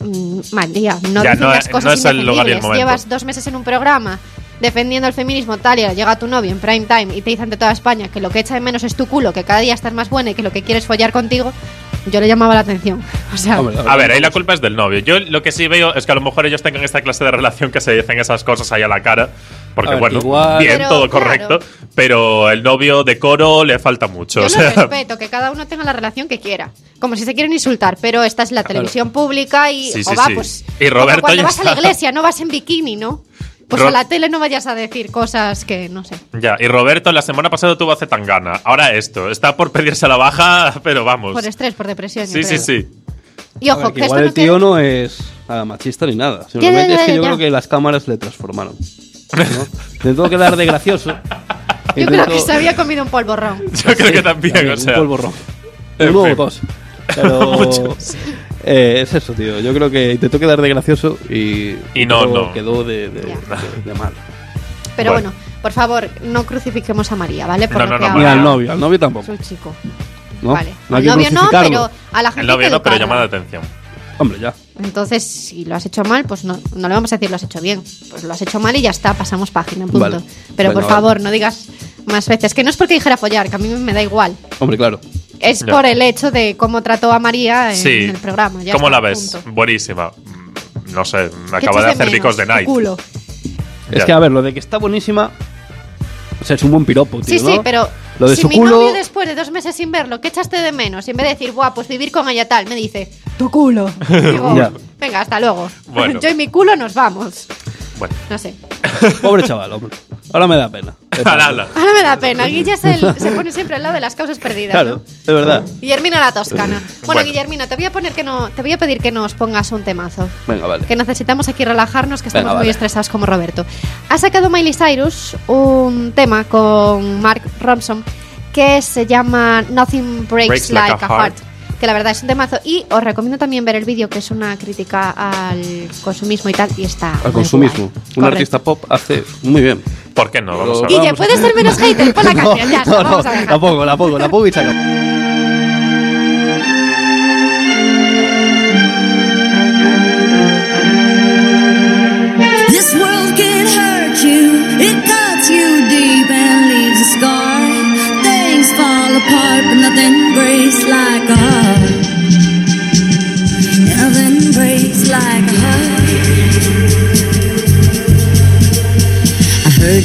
Speaker 3: mm, María, no
Speaker 4: Ya,
Speaker 3: dices
Speaker 4: no,
Speaker 3: las
Speaker 4: eh,
Speaker 3: cosas
Speaker 4: no es el lugar y el
Speaker 3: indefendibles.
Speaker 4: momento.
Speaker 3: Llevas dos meses en un programa defendiendo el feminismo tal y ahora llega tu novio en prime time y te dice ante toda España que lo que echa de menos es tu culo, que cada día estás más buena y que lo que quieres follar contigo. Yo le llamaba la atención. (laughs) O sea,
Speaker 5: Hombre,
Speaker 4: A ver, ahí la culpa es del novio. Yo lo que sí veo es que a lo mejor ellos tengan esta clase de relación que se dicen esas cosas ahí a la cara. Porque,
Speaker 5: A ver,
Speaker 4: bueno,
Speaker 5: igual-
Speaker 4: bien,
Speaker 3: Pero,
Speaker 4: todo
Speaker 3: claro.
Speaker 4: correcto. Pero el novio de coro le falta
Speaker 3: yo
Speaker 4: mucho. o
Speaker 3: lo
Speaker 4: sea,
Speaker 3: respeto, que cada uno tenga la relación que quiera. Como si se quieren insultar, pero esta es la televisión pública y.
Speaker 4: Sí,
Speaker 3: o
Speaker 4: sí,
Speaker 3: va,
Speaker 4: sí.
Speaker 3: pues,
Speaker 4: Y
Speaker 3: como
Speaker 4: Roberto
Speaker 3: cuando
Speaker 4: ya
Speaker 3: vas a la
Speaker 4: está.
Speaker 3: iglesia, no vas en bikini, ¿no? Pues
Speaker 4: Ro-
Speaker 3: a la tele no vayas a decir cosas que no sé.
Speaker 4: Ya, y Roberto la semana pasada tuvo hace tan gana. Ahora esto. Está por pedirse la baja, pero vamos.
Speaker 3: Por este estrés, por depresión. yo
Speaker 4: Sí, sí,
Speaker 3: creo.
Speaker 4: sí.
Speaker 3: Y
Speaker 5: A
Speaker 3: ojo,
Speaker 5: ver,
Speaker 3: que
Speaker 5: que
Speaker 3: esto
Speaker 5: igual
Speaker 3: no
Speaker 5: el tío
Speaker 3: quiere-
Speaker 5: no es nada machista ni nada. Simplemente
Speaker 3: ya,
Speaker 5: es que
Speaker 3: ya,
Speaker 5: yo
Speaker 3: ya.
Speaker 5: creo que las cámaras le transformaron. ¿no? Intentó quedar de gracioso.
Speaker 3: (laughs) Yo creo que
Speaker 5: intentó-
Speaker 3: se había comido un polvorrón.
Speaker 4: Yo creo (laughs) que también,
Speaker 5: También,
Speaker 4: o sea.
Speaker 5: Un polvorrón.
Speaker 4: En
Speaker 5: Uno o
Speaker 4: fin. (laughs)
Speaker 5: dos. Pero.
Speaker 4: Muchos.
Speaker 5: eh, es eso, tío. Yo creo que intentó quedar de gracioso y.
Speaker 4: Y no,
Speaker 5: luego
Speaker 4: no.
Speaker 5: Quedó de, de,
Speaker 3: Ya.
Speaker 5: de-
Speaker 4: (laughs)
Speaker 5: de mal.
Speaker 3: Pero
Speaker 4: Bueno.
Speaker 3: bueno. por favor, no crucifiquemos a María, ¿vale? Por
Speaker 4: No,
Speaker 3: lo
Speaker 4: no,
Speaker 3: que
Speaker 4: no,
Speaker 3: haga.
Speaker 5: Ni
Speaker 4: María.
Speaker 5: al novio, al novio tampoco.
Speaker 3: Soy chico.
Speaker 5: ¿no?
Speaker 3: Vale.
Speaker 5: No hay
Speaker 3: Al
Speaker 5: que
Speaker 3: novio no, pero
Speaker 5: crucificarlo.
Speaker 3: a la gente.
Speaker 4: El novio no, pero
Speaker 3: educarla.
Speaker 4: llamada de atención.
Speaker 5: Hombre, ya.
Speaker 3: Entonces, si lo has hecho mal, pues no, no le vamos a decir lo has hecho bien. Pues lo has hecho mal y ya está, pasamos página, punto.
Speaker 5: Vale.
Speaker 3: Pero
Speaker 5: Venga,
Speaker 3: por
Speaker 5: vale.
Speaker 3: favor, no digas más veces. Que no es porque dijera follar, que a mí me da igual.
Speaker 5: Hombre, claro.
Speaker 3: Es
Speaker 4: Ya.
Speaker 3: por el hecho de cómo trató a María en
Speaker 4: Sí.
Speaker 3: el programa. ya
Speaker 4: ¿Cómo
Speaker 3: está,
Speaker 4: la ves?
Speaker 3: punto.
Speaker 4: Buenísima. Mm, No sé, me
Speaker 3: ¿Qué
Speaker 4: acaba de
Speaker 3: echas
Speaker 4: hacer
Speaker 3: menos?
Speaker 4: picos de
Speaker 3: Tu
Speaker 4: Night.
Speaker 3: culo.
Speaker 5: Es
Speaker 4: Ya.
Speaker 5: que, a ver, lo de que está buenísima. O sea, es un buen piropo,
Speaker 3: Sí,
Speaker 5: tío.
Speaker 3: sí,
Speaker 5: ¿no?
Speaker 3: pero
Speaker 5: Lo de
Speaker 3: si
Speaker 5: su
Speaker 3: mi
Speaker 5: culo.
Speaker 3: novio después de dos meses sin verlo, ¿qué echaste de menos? Y en vez de decir, guau, pues vivir con ella tal, me dice, tu
Speaker 4: (laughs)
Speaker 3: culo. Digo,
Speaker 5: Ya.
Speaker 3: venga, hasta luego. (laughs)
Speaker 4: Bueno.
Speaker 3: Yo y mi culo nos vamos.
Speaker 5: (laughs)
Speaker 4: Bueno.
Speaker 3: No sé.
Speaker 5: (laughs) Pobre chaval, hombre. Ahora me da pena.
Speaker 4: Ala, ala.
Speaker 3: Ahora me da pena. Guilla es el- se
Speaker 5: (laughs)
Speaker 3: pone siempre al lado de las causas perdidas.
Speaker 5: Claro,
Speaker 3: ¿no?
Speaker 5: es verdad.
Speaker 3: Guillermina la
Speaker 5: (laughs)
Speaker 3: Toscana. Bueno,
Speaker 4: Bueno.
Speaker 3: Guillermina, te voy a poner que no, te voy a pedir que nos pongas un temazo.
Speaker 5: Venga, vale.
Speaker 3: Que necesitamos aquí relajarnos, que estamos
Speaker 5: Venga,
Speaker 3: muy
Speaker 5: vale.
Speaker 3: estresados como Roberto. Ha sacado Miley Cyrus un tema con Mark Ronson que se llama Nothing Breaks,
Speaker 4: Breaks
Speaker 3: like,
Speaker 4: Like
Speaker 3: a,
Speaker 4: a
Speaker 3: heart.
Speaker 4: Heart.
Speaker 3: Que la verdad es un temazo. Y os recomiendo también ver el vídeo, que es una crítica al consumismo y tal. Y está. muy
Speaker 5: Al consumismo.
Speaker 3: guay.
Speaker 5: Un
Speaker 3: Correcto.
Speaker 5: artista pop hace muy bien.
Speaker 4: ¿Por qué no? Vamos a ver.
Speaker 3: Guille,
Speaker 5: Vamos.
Speaker 3: ¿puedes ser
Speaker 5: (laughs)
Speaker 3: menos hater? Pon la canción, ya está,
Speaker 5: no,
Speaker 3: vamos a
Speaker 5: no,
Speaker 3: dejar.
Speaker 5: la pongo, la pongo, la pongo y saco.
Speaker 2: This world can hurt you. It cuts you deep and leaves a scar. Things fall apart, but nothing breaks like a heart. Nothing breaks like a heart. I heard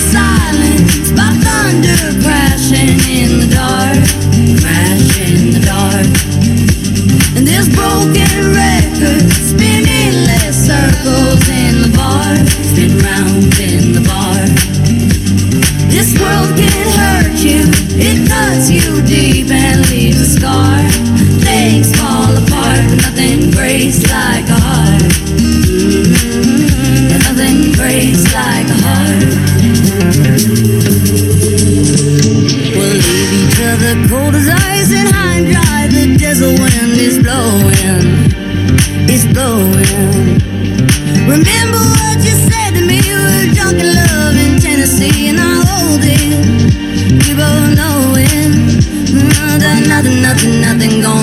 Speaker 2: silence by thunder crashing in the dark, crashing in the dark. And there's broken records spinning less circles in the bar, spin round in the bar. This world can hurt you, it cuts you deep and leaves a scar. Things fall apart, but nothing breaks like a heart. Mm, Nothing breaks.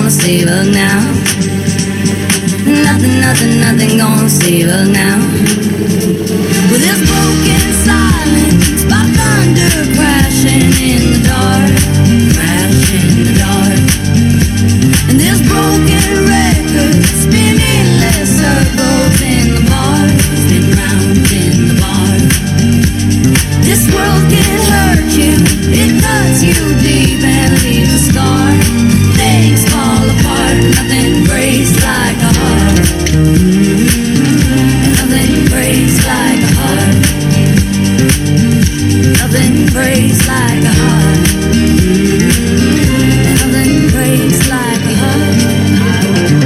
Speaker 2: save us now. Nothing, nothing, nothing gonna save us now. With this broken silence, by thunder crashing in the dark, crashing in the dark. And this broken record spinning less circles in the bar, spin round in the bar. This world can hurt you, it cuts you deep and leaves a scar. Things fall apart, nothing breaks like a heart. Nothing breaks like a heart. Nothing breaks like a heart. Nothing breaks like a heart.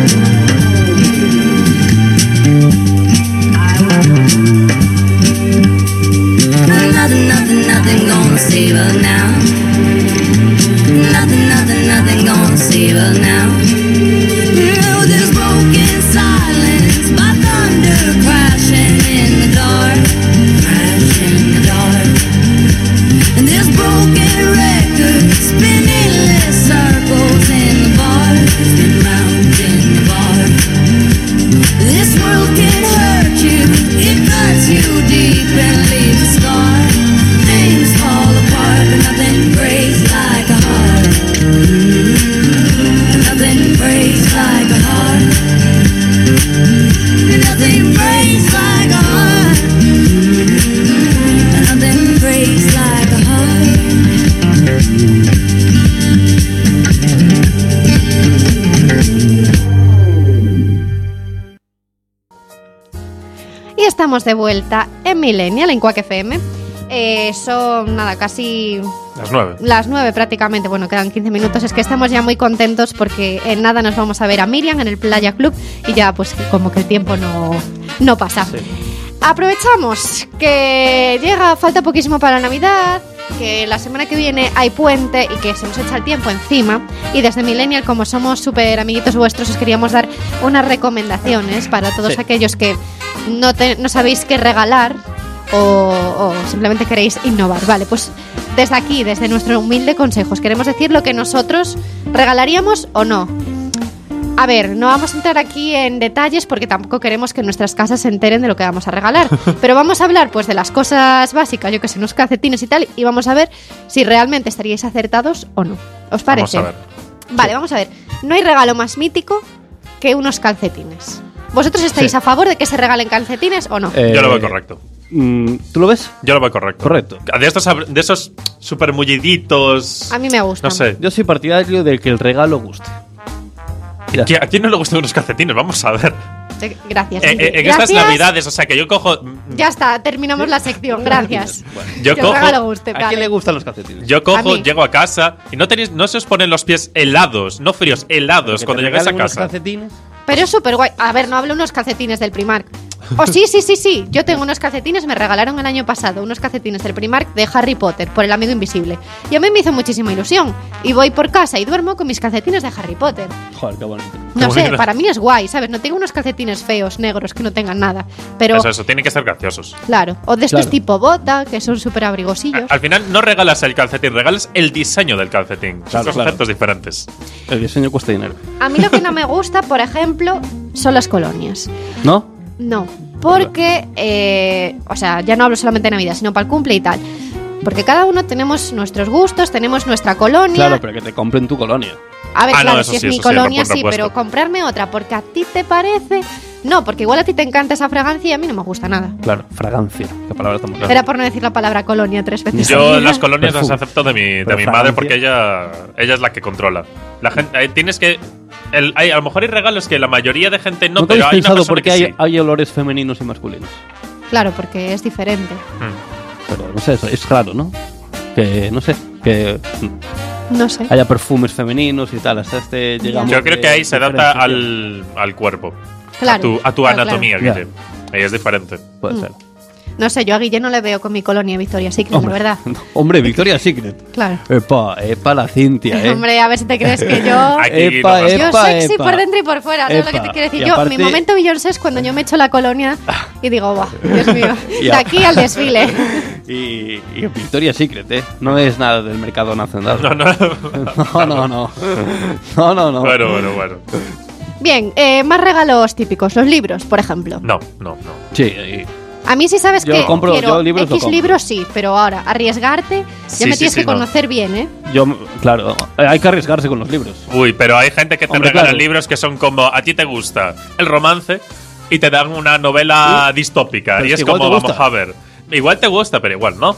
Speaker 2: Nothing, nothing, nothing gonna save us now. Nothing, nothing, nothing gonna save us now. No, this broken silence by thunder crashing in the dark, crashing in the dark. And this broken record spinning less circles in the bar, spin round in the bar. This world can hurt you, it cuts you deep and leaves a scar. Things fall apart, but nothing breaks like a heart. Mm, Nothing breaks like a heart. Nothing breaks like a heart. Mm, Nothing breaks like a heart.
Speaker 3: Y estamos de vuelta en Millennial, en Quack FM. Eh, son, nada, casi
Speaker 4: Las nueve.
Speaker 3: las 9 prácticamente. Bueno, quedan 15 minutos. Es que estamos ya muy contentos porque en nada nos vamos a ver a Miriam en el Playa Club y ya, pues, como que el tiempo no, no pasa. Aprovechamos que llega, falta poquísimo para Navidad, que la semana que viene hay puente y que se nos echa el tiempo encima. Y desde Millennial, como somos súper amiguitos vuestros, os queríamos dar unas recomendaciones para todos
Speaker 5: Sí.
Speaker 3: aquellos que no, te- no sabéis qué regalar o, o simplemente queréis innovar. Vale, pues desde aquí, desde nuestro humilde consejos, queremos decir lo que nosotros regalaríamos o no. A ver, no vamos a entrar aquí en detalles porque tampoco queremos que nuestras casas se enteren de lo que vamos a
Speaker 4: (laughs)
Speaker 3: regalar. Pero vamos a hablar pues de las cosas básicas, yo que sé, unos calcetines y tal, y vamos a ver si realmente estaríais acertados o no. ¿Os
Speaker 4: Vamos
Speaker 3: parece?
Speaker 4: a ver.
Speaker 3: Vale, vamos a ver. No hay regalo más mítico que unos calcetines. ¿Vosotros estáis
Speaker 5: Sí.
Speaker 3: a favor de que se regalen calcetines o no?
Speaker 4: Yo lo
Speaker 5: Eh,
Speaker 4: veo correcto.
Speaker 5: mm, ¿Tú lo ves?
Speaker 4: Yo lo veo correcto.
Speaker 5: Correcto.
Speaker 4: De estos, ab- de esos super mulliditos.
Speaker 3: a mí me gusta.
Speaker 4: No sé.
Speaker 5: Yo soy partidario de que el regalo guste. Ya.
Speaker 4: ¿Qui- ¿A quién no le gustan unos calcetines? Vamos a ver.
Speaker 3: Gracias.
Speaker 4: Eh, eh,
Speaker 3: Miguel.
Speaker 4: en
Speaker 3: Gracias.
Speaker 4: estas navidades, o sea que yo cojo. mm,
Speaker 3: Ya está, terminamos la sección.
Speaker 4: (laughs)
Speaker 3: Gracias.
Speaker 4: Yo
Speaker 3: Que os haga lo
Speaker 4: cojo.
Speaker 3: guste,
Speaker 5: ¿A
Speaker 3: vale.
Speaker 5: quién le gustan los calcetines?
Speaker 4: Yo cojo,
Speaker 3: A mí.
Speaker 4: llego a casa y no tenéis, no se os ponen los pies helados, no fríos, helados
Speaker 5: Que
Speaker 4: cuando
Speaker 5: te
Speaker 4: llegáis a
Speaker 5: regalen unos
Speaker 4: casa.
Speaker 5: calcetines.
Speaker 3: Pero es súper guay. A ver, no hablo unos calcetines del Primark. Oh, sí, sí, sí, sí. Yo tengo unos calcetines, me regalaron el año pasado unos calcetines del Primark de Harry Potter, por el amigo invisible. Y a mí me hizo muchísima ilusión. Y voy por casa y duermo con mis calcetines de Harry Potter.
Speaker 5: Joder, qué bonito.
Speaker 3: No
Speaker 4: Qué
Speaker 3: sé,
Speaker 4: bueno.
Speaker 3: para mí es guay, ¿sabes? No tengo unos calcetines feos, negros, que no tengan nada. Pero,
Speaker 4: Eso, eso, tienen que ser graciosos.
Speaker 3: claro, o de estos
Speaker 5: Claro.
Speaker 3: tipo bota, que son súper abrigosillos.
Speaker 4: A- Al final no regalas el calcetín, regalas el diseño del calcetín.
Speaker 5: Claro,
Speaker 4: Son
Speaker 5: claro.
Speaker 4: conceptos diferentes.
Speaker 5: El diseño cuesta dinero.
Speaker 3: A mí lo que no me gusta, por ejemplo, son las colonias.
Speaker 5: ¿No?
Speaker 3: No, porque, eh, o sea, ya no hablo solamente de Navidad, sino para el cumple y tal. Porque cada uno tenemos nuestros gustos, tenemos nuestra colonia.
Speaker 5: Claro, pero que te compren tu colonia.
Speaker 3: a ver,
Speaker 4: Ah, no,
Speaker 3: claro,
Speaker 4: eso
Speaker 3: si es
Speaker 4: sí,
Speaker 3: mi
Speaker 4: eso sí, por
Speaker 3: colonia, sí,
Speaker 4: supuesto.
Speaker 3: pero comprarme otra porque a ti te parece. No, porque igual a ti te encanta esa fragancia y a mí no me gusta nada.
Speaker 5: Claro, fragancia. Qué palabra tan bonita.
Speaker 3: Era por no decir la palabra colonia tres veces.
Speaker 4: Yo las colonias las
Speaker 5: Perfume.
Speaker 4: acepto de mi, de
Speaker 5: Pero
Speaker 4: mi
Speaker 5: fragancia.
Speaker 4: madre porque ella, ella es la que controla. La gente, eh, tienes que. el- hay- a lo mejor hay regalos que la mayoría de gente no,
Speaker 5: ¿No te
Speaker 4: pero
Speaker 5: habéis
Speaker 4: hay una
Speaker 5: pensado
Speaker 4: persona
Speaker 5: por qué
Speaker 4: que sí.
Speaker 5: hay, hay olores femeninos y masculinos?
Speaker 3: Claro, porque es diferente.
Speaker 4: Mm.
Speaker 5: Pero no sé, es raro, ¿no? Que, no sé, que
Speaker 3: No sé.
Speaker 5: haya perfumes femeninos y tal. Hasta este llegamos.
Speaker 4: Yo creo
Speaker 5: de
Speaker 4: que ahí se adapta
Speaker 5: diferencias.
Speaker 4: al, al cuerpo.
Speaker 3: Claro,
Speaker 4: a tu, a tu
Speaker 3: claro,
Speaker 4: anatomía,
Speaker 5: claro.
Speaker 4: Guille. Ahí es diferente. (laughs)
Speaker 3: Mm.
Speaker 5: Puede ser. (laughs)
Speaker 3: No sé, yo a Guille no le veo con mi colonia Victoria Secret, la
Speaker 5: Hombre,
Speaker 3: verdad.
Speaker 5: hombre, Victoria's Secret.
Speaker 3: Claro.
Speaker 5: Epa, epa, la Cintia, ¿eh?
Speaker 3: Hombre, a ver si te crees que yo.
Speaker 4: (laughs) Ay, aquí
Speaker 5: epa,
Speaker 4: lo
Speaker 5: epa,
Speaker 3: Yo sexy
Speaker 5: epa.
Speaker 3: por dentro y por fuera, ¿sabes lo que
Speaker 5: Epa.
Speaker 3: te quiero decir?
Speaker 5: Y
Speaker 3: Yo,
Speaker 5: aparte-
Speaker 3: mi
Speaker 4: (laughs)
Speaker 3: momento Beyoncé es cuando yo me echo la colonia y digo, ¡buah! Dios mío,
Speaker 5: Y
Speaker 3: de
Speaker 5: a- (laughs)
Speaker 3: aquí al desfile.
Speaker 8: Y, y Victoria's Secret, ¿eh? No es nada del mercado nacional.
Speaker 4: No,
Speaker 5: (laughs)
Speaker 4: no.
Speaker 8: No, no, no. No, no, no.
Speaker 4: Bueno, bueno, bueno.
Speaker 3: Bien, eh, más regalos típicos, los libros, por ejemplo.
Speaker 4: No, no, no.
Speaker 8: Sí, y-
Speaker 3: A mí sí sabes
Speaker 8: Yo
Speaker 3: que
Speaker 8: compro-
Speaker 3: quiero
Speaker 8: yo libros lo
Speaker 3: X
Speaker 8: compro.
Speaker 3: libros sí, pero ahora arriesgarte, ya
Speaker 4: Sí,
Speaker 3: me
Speaker 4: sí,
Speaker 3: tienes
Speaker 4: sí,
Speaker 3: que
Speaker 4: no.
Speaker 3: conocer bien, ¿eh?
Speaker 8: yo, claro, hay que arriesgarse con los libros.
Speaker 4: Uy, pero hay gente que te
Speaker 8: Hombre,
Speaker 4: regala
Speaker 8: claro.
Speaker 4: libros que son como a ti te gusta el romance y te dan una novela distópica. y
Speaker 8: Pero es
Speaker 4: es
Speaker 8: que igual
Speaker 4: como,
Speaker 8: te
Speaker 4: vamos
Speaker 8: gusta.
Speaker 4: a ver. Igual te gusta, pero igual no.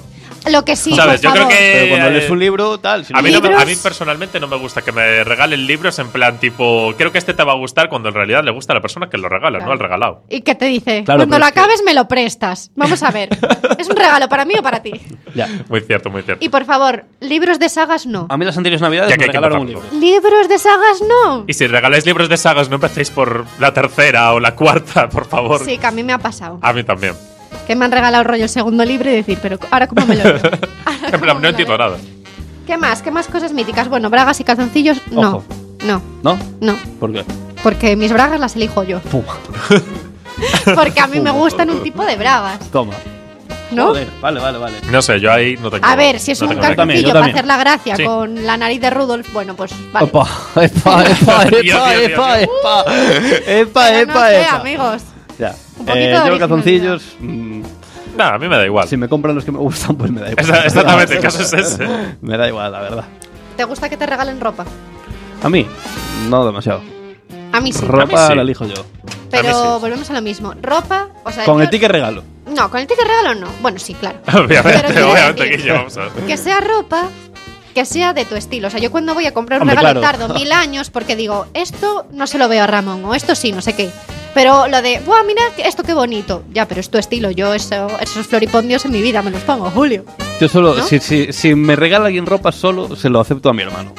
Speaker 3: Lo que sí,
Speaker 4: ¿Sabes?
Speaker 3: por
Speaker 4: Yo creo
Speaker 3: favor.
Speaker 4: que.
Speaker 8: Pero cuando lees un libro, tal. si
Speaker 4: A mí, no me-
Speaker 3: ¿Libros?
Speaker 4: a mí personalmente no me gusta que me regalen libros en plan tipo, creo que este te va a gustar cuando en realidad le gusta a la persona que lo regala, no al regalado.
Speaker 3: ¿Y qué te dice?
Speaker 8: Claro,
Speaker 3: Cuando
Speaker 8: pero
Speaker 3: lo
Speaker 8: es que-
Speaker 3: acabes me lo prestas. Vamos a ver. ¿Es un regalo para mí o para ti?
Speaker 8: Ya.
Speaker 4: Muy cierto, muy cierto.
Speaker 3: Y por favor, libros de sagas no.
Speaker 4: Ah.
Speaker 8: A mí las anteriores navidades
Speaker 4: Ya que
Speaker 8: me
Speaker 4: hay que
Speaker 8: regalaron un libro.
Speaker 4: empezar
Speaker 3: ¿Libros de sagas no?
Speaker 4: Y si regaláis libros de sagas, no empecéis por la tercera o la cuarta, (laughs) por Ah. favor.
Speaker 3: Sí, que a mí me ha pasado.
Speaker 4: A
Speaker 3: (laughs)
Speaker 4: mí también.
Speaker 3: Que me han regalado rollo el segundo libro y decir, pero ahora cómo me lo
Speaker 4: (laughs)
Speaker 3: leo? Ahora
Speaker 4: En
Speaker 3: cómo
Speaker 4: plan,
Speaker 3: me lo
Speaker 4: no entiendo
Speaker 3: leo.
Speaker 4: nada.
Speaker 3: ¿Qué más? ¿Qué más cosas míticas? Bueno, bragas y calzoncillos, no.
Speaker 8: Ojo.
Speaker 3: No,
Speaker 8: ¿No?
Speaker 3: no.
Speaker 8: ¿Por qué?
Speaker 3: Porque mis bragas las elijo yo.
Speaker 8: Pum.
Speaker 3: (laughs) Porque a mí me gustan un tipo de bragas,
Speaker 8: Toma.
Speaker 3: ¿no?
Speaker 8: Joder, vale, vale, vale.
Speaker 4: No sé, yo ahí no tengo.
Speaker 3: A ver, si es
Speaker 4: no
Speaker 3: un
Speaker 4: tengo
Speaker 8: calzón-
Speaker 4: nada
Speaker 8: también,
Speaker 3: calzoncillo
Speaker 8: yo
Speaker 3: para
Speaker 8: también.
Speaker 3: hacer la gracia
Speaker 4: Sí.
Speaker 3: con la nariz de Rudolf, bueno, pues vale.
Speaker 8: Epa,
Speaker 3: (laughs)
Speaker 8: epa,
Speaker 4: Dios,
Speaker 8: epa, epa,
Speaker 4: Dios,
Speaker 8: epa,
Speaker 4: Dios.
Speaker 8: epa. Epa,
Speaker 3: Pero no
Speaker 8: epa,
Speaker 3: sé,
Speaker 8: epa.
Speaker 3: amigos.
Speaker 8: Ya.
Speaker 3: Un poquito de
Speaker 8: Eh, yo
Speaker 3: originalidad.
Speaker 8: calzoncillos. mm,
Speaker 4: que- Nah, a mí me da igual.
Speaker 8: Si me compran los que me gustan, pues me da igual.
Speaker 4: Esa- Exactamente,
Speaker 8: (laughs)
Speaker 4: el caso es ese.
Speaker 8: Me da igual, la verdad.
Speaker 3: ¿Te gusta que te regalen ropa?
Speaker 8: A mí, no demasiado.
Speaker 3: A mí sí.
Speaker 8: Ropa
Speaker 4: sí.
Speaker 8: la elijo yo.
Speaker 3: Pero
Speaker 4: a mí sí.
Speaker 3: volvemos a lo mismo. Ropa, o sea.
Speaker 8: Con
Speaker 3: yo-
Speaker 8: el ticket regalo.
Speaker 3: No, con el ticket regalo no. Bueno, sí, claro. Pero
Speaker 4: (laughs) Obviamente,
Speaker 3: quiero
Speaker 4: obviamente,
Speaker 3: decir-
Speaker 4: que llevamos a.
Speaker 3: Que sea ropa que sea de tu estilo. O sea, yo cuando voy a comprar un
Speaker 8: Hombre,
Speaker 3: regalo
Speaker 8: claro.
Speaker 3: tardo mil años porque digo, esto no se lo veo a Ramón o esto sí, no sé qué. Pero lo de, ¡buah, mira esto qué bonito! Ya, pero es tu estilo. Yo eso, esos floripondios en mi vida me los pongo, Julio.
Speaker 8: Yo solo,
Speaker 3: ¿No?
Speaker 8: si, si, si me regala alguien ropa solo, se lo acepto a mi hermano.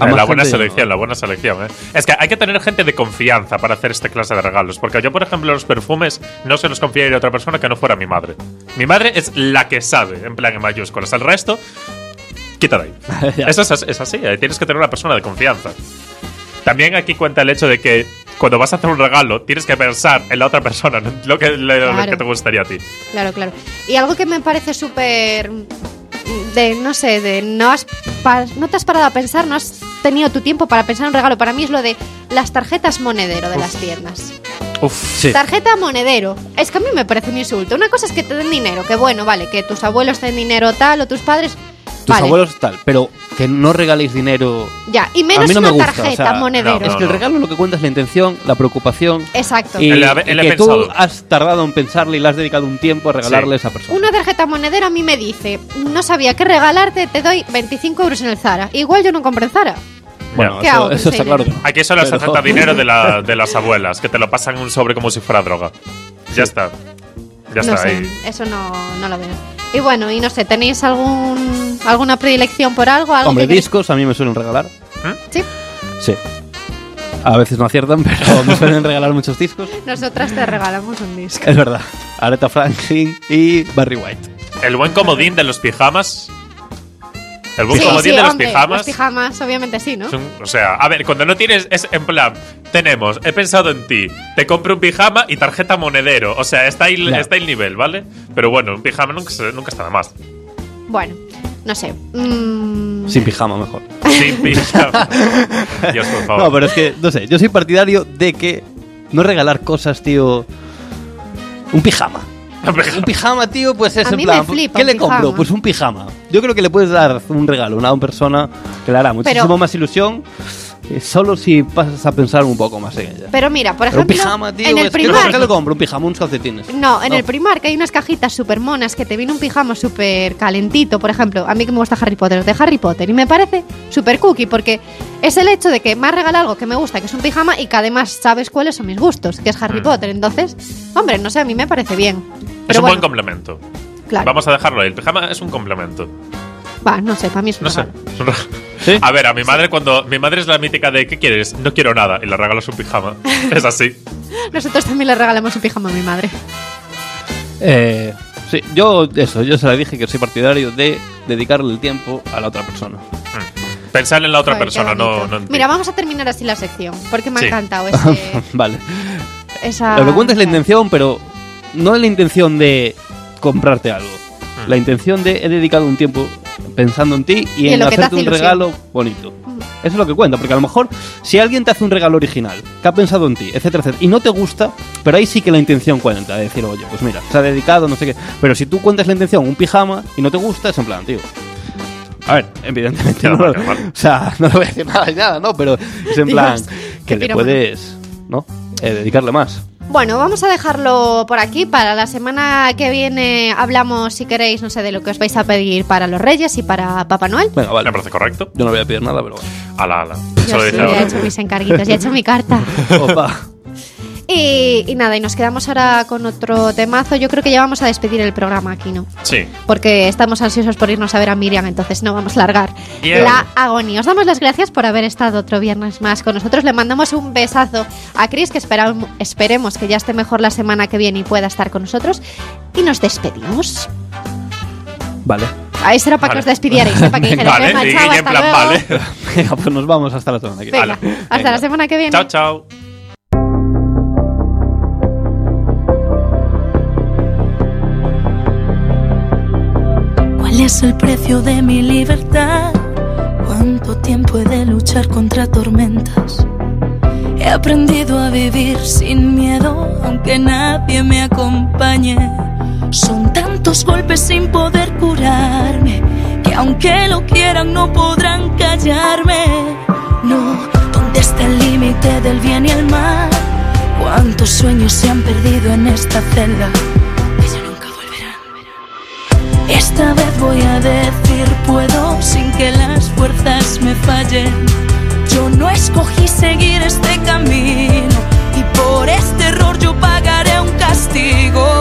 Speaker 8: A más
Speaker 4: la buena
Speaker 8: gente yo no.
Speaker 4: selección, la buena selección, ¿eh? Es que hay que tener gente de confianza para hacer esta clase de regalos. Porque yo, por ejemplo, los perfumes no se los confiaría a otra persona que no fuera mi madre. Mi madre es la que sabe, en plan en mayúsculas. El resto, quítala ahí.
Speaker 8: (laughs) Ya.
Speaker 4: Eso es, as- es así, eh, tienes que tener una persona de confianza. También aquí cuenta el hecho de que cuando vas a hacer un regalo, tienes que pensar en la otra persona, no en lo que, lo- lo
Speaker 3: Claro.
Speaker 4: que te gustaría a ti.
Speaker 3: Claro, claro. Y algo que me parece súper. De, no sé, de no has pa- no te has parado a pensar, no has tenido tu tiempo para pensar un regalo. Para mí es lo de las tarjetas monedero de las tiendas.
Speaker 8: Uf, sí.
Speaker 3: Tarjeta monedero. Es que a mí me parece un insulto. Una cosa es que te den dinero, que bueno, vale, que tus abuelos te den dinero tal o tus padres.
Speaker 8: Tus
Speaker 3: vale,
Speaker 8: abuelos tal, pero que no regaléis dinero.
Speaker 3: Ya, y menos
Speaker 8: a mí no
Speaker 3: una
Speaker 8: me gusta, o
Speaker 3: tarjeta
Speaker 8: sea,
Speaker 3: monedero.
Speaker 4: no,
Speaker 8: es
Speaker 4: no.
Speaker 8: que el regalo lo que cuenta es la intención, la preocupación.
Speaker 3: Exacto.
Speaker 8: Y,
Speaker 4: El haber-
Speaker 8: y
Speaker 4: el
Speaker 8: que
Speaker 4: haber
Speaker 8: tú
Speaker 4: pensado.
Speaker 8: has tardado en pensarle y le has dedicado un tiempo a regalarle a esa persona.
Speaker 3: Una tarjeta monedero a mí me dice, no sabía qué regalarte, te doy 25 euros en el Zara. Igual yo no compré en Zara.
Speaker 8: Bueno,
Speaker 3: ¿Qué
Speaker 8: eso,
Speaker 3: hago con
Speaker 8: eso
Speaker 3: ese
Speaker 8: está claro. que
Speaker 3: dinero?
Speaker 8: no.
Speaker 4: Aquí solo se
Speaker 8: Pero-
Speaker 4: acepta dinero
Speaker 3: (laughs)
Speaker 4: de, la- de las abuelas, que te lo pasan en un sobre como si fuera droga. Ya está. Ya
Speaker 3: no
Speaker 4: está
Speaker 3: sé,
Speaker 4: ahí.
Speaker 3: eso no, no lo veo. Y bueno, y no sé, ¿tenéis algún, alguna predilección por algo? ¿Algo
Speaker 8: Hombre,
Speaker 3: que queréis-
Speaker 8: discos a mí me suelen regalar.
Speaker 3: Sí,
Speaker 8: Sí. A veces no aciertan, (laughs) pero me suelen regalar muchos discos.
Speaker 3: nosotras te regalamos un disco.
Speaker 8: Es verdad. Aretha Franklin y Barry White.
Speaker 4: El buen comodín de los pijamas. El buen
Speaker 3: Sí,
Speaker 4: comodín
Speaker 3: sí,
Speaker 4: de los
Speaker 3: hombre,
Speaker 4: pijamas.
Speaker 3: Los pijamas, obviamente sí, ¿no?
Speaker 4: Es un- o sea, a ver, cuando no tienes, es en plan, tenemos, he pensado en ti, te compro un pijama y tarjeta monedero. O sea, está ahí,
Speaker 8: Claro.
Speaker 4: está el nivel, ¿vale? Pero bueno, un pijama nunca, se- nunca está de más.
Speaker 3: Bueno, no sé. Mm,
Speaker 8: Sin pijama, mejor.
Speaker 3: (laughs)
Speaker 4: Sin pijama. Dios, por favor.
Speaker 8: No, pero es que, no sé, yo soy partidario de que no regalar cosas, tío. Un pijama. (coughs) Un pijama, tío, pues es
Speaker 3: A
Speaker 8: en
Speaker 3: mí me
Speaker 8: plan.
Speaker 3: flipa
Speaker 8: ¿Qué
Speaker 3: un
Speaker 8: le compro?
Speaker 3: pijama.
Speaker 8: Pues un pijama. Yo creo que le puedes dar un regalo a una persona que le hará muchísimo
Speaker 3: Pero-
Speaker 8: más ilusión eh, solo si pasas a pensar un poco más en ella.
Speaker 3: Pero mira, por
Speaker 8: Pero
Speaker 3: ejemplo,
Speaker 8: un pijama, tío,
Speaker 3: en el
Speaker 8: es que ¿por qué le
Speaker 3: Primark.
Speaker 8: compro un pijama? Unos calcetines.
Speaker 3: No, en el Primark hay unas cajitas súper monas que te viene un pijama súper calentito, por ejemplo. A mí que me gusta Harry Potter, los de Harry Potter. Y me parece súper cookie porque es el hecho de que me has regalado algo que me gusta, que es un pijama, y que además sabes cuáles son mis gustos, que es Harry Potter. Entonces, hombre, no sé, a mí me parece bien.
Speaker 4: (laughs) Mm. es
Speaker 3: Pero
Speaker 4: un
Speaker 3: bueno,
Speaker 4: buen complemento.
Speaker 3: claro.
Speaker 4: Vamos a dejarlo ahí. El pijama es un complemento.
Speaker 3: Va, no sé, para mí es un
Speaker 4: No sé.
Speaker 3: regalo.
Speaker 4: Es un ra-
Speaker 8: ¿Sí?
Speaker 4: A ver, a mi madre cuando. Mi madre es la mítica de ¿qué quieres? No quiero nada. Y le regalas un
Speaker 3: (laughs)
Speaker 4: pijama. Es así.
Speaker 3: (laughs) Nosotros también le regalamos un pijama a mi madre.
Speaker 8: Eh, sí, yo eso, yo se la dije que soy partidario de dedicarle el tiempo a la otra persona.
Speaker 4: Pensar en la otra
Speaker 3: Joder, qué
Speaker 4: persona, no,
Speaker 3: bonito.
Speaker 4: no en ti.
Speaker 3: Mira, vamos a terminar así la sección, porque me
Speaker 4: Sí.
Speaker 3: ha encantado ese,
Speaker 5: (laughs)
Speaker 8: vale.
Speaker 3: esa... Ah,
Speaker 8: Lo que cuenta es la intención, pero no es la intención de
Speaker 5: comprarte algo. La intención de he dedicado un tiempo pensando en ti y,
Speaker 3: Y en
Speaker 5: en
Speaker 3: lo que te
Speaker 5: hacerte
Speaker 3: hace
Speaker 5: un
Speaker 3: ilusión. Mm.
Speaker 5: regalo bonito. Eso es lo que cuenta, porque a lo mejor si alguien te hace un regalo original, que ha pensado en ti, etcétera, etcétera, y no te gusta, pero ahí sí que la intención cuenta, de decir, oye, pues mira, se ha dedicado, no sé qué. Pero si tú cuentas la intención, un pijama, y no te gusta, es en plan, tío. A ver, evidentemente, no, lo- (laughs) o sea, (laughs) no le voy a decir nada ni nada, ¿no? Pero es en
Speaker 3: Dios,
Speaker 5: plan,
Speaker 3: qué
Speaker 5: que le
Speaker 3: pirómano.
Speaker 5: puedes, ¿no? Eh, dedicarle más.
Speaker 3: Bueno, vamos a dejarlo por aquí. Para la semana que viene hablamos, si queréis, no sé, de lo que os vais a pedir para los Reyes y para Papá Noel.
Speaker 5: Venga,
Speaker 4: Me
Speaker 5: vale.
Speaker 4: parece correcto.
Speaker 5: Yo no voy a pedir nada, pero
Speaker 4: (laughs) Ala, ala.
Speaker 3: Yo
Speaker 4: Eso lo
Speaker 3: sí,
Speaker 4: dije
Speaker 3: ya
Speaker 4: ahora.
Speaker 3: he hecho mis encarguitos, ya he hecho mi
Speaker 4: (laughs)
Speaker 3: carta.
Speaker 5: bueno. Opa. (laughs)
Speaker 3: Y, y nada, y nos quedamos ahora con otro temazo. Yo creo que ya vamos a despedir el programa aquí, ¿no?
Speaker 4: Sí.
Speaker 3: Porque estamos ansiosos por irnos a ver a Miriam, entonces no vamos a largar
Speaker 4: Yeah.
Speaker 3: la agonía. Os damos las gracias por haber estado otro viernes más con nosotros. Le mandamos un besazo a Chris, que esperam- esperemos que ya esté mejor la semana que viene y pueda estar con nosotros. Y nos despedimos.
Speaker 5: Vale.
Speaker 3: Ah, Eso era para
Speaker 4: Vale.
Speaker 3: que os despidierais, ¿eh? para
Speaker 4: (laughs)
Speaker 3: que dijerais,
Speaker 4: Vale,
Speaker 3: "Venga,
Speaker 4: y
Speaker 3: chao,
Speaker 4: Guille en
Speaker 3: hasta
Speaker 4: plan,
Speaker 3: luego".
Speaker 4: vale.
Speaker 5: Venga, pues nos vamos hasta la semana que
Speaker 3: Venga,
Speaker 5: Vale.
Speaker 3: hasta
Speaker 5: Venga.
Speaker 3: la semana que viene.
Speaker 4: Chao, chao.
Speaker 2: ¿Cuál es el precio de mi libertad? ¿Cuánto tiempo he de luchar contra tormentas? He aprendido a vivir sin miedo, aunque nadie me acompañe. Son tantos golpes sin poder curarme, que aunque lo quieran no podrán callarme. No, ¿dónde está el límite del bien y el mal? ¿Cuántos sueños se han perdido en esta celda? Que ya nunca volverán. Esta vez voy a decir puedo sin que las fuerzas me fallen. Yo no escogí seguir este camino y por este error yo pagaré un castigo.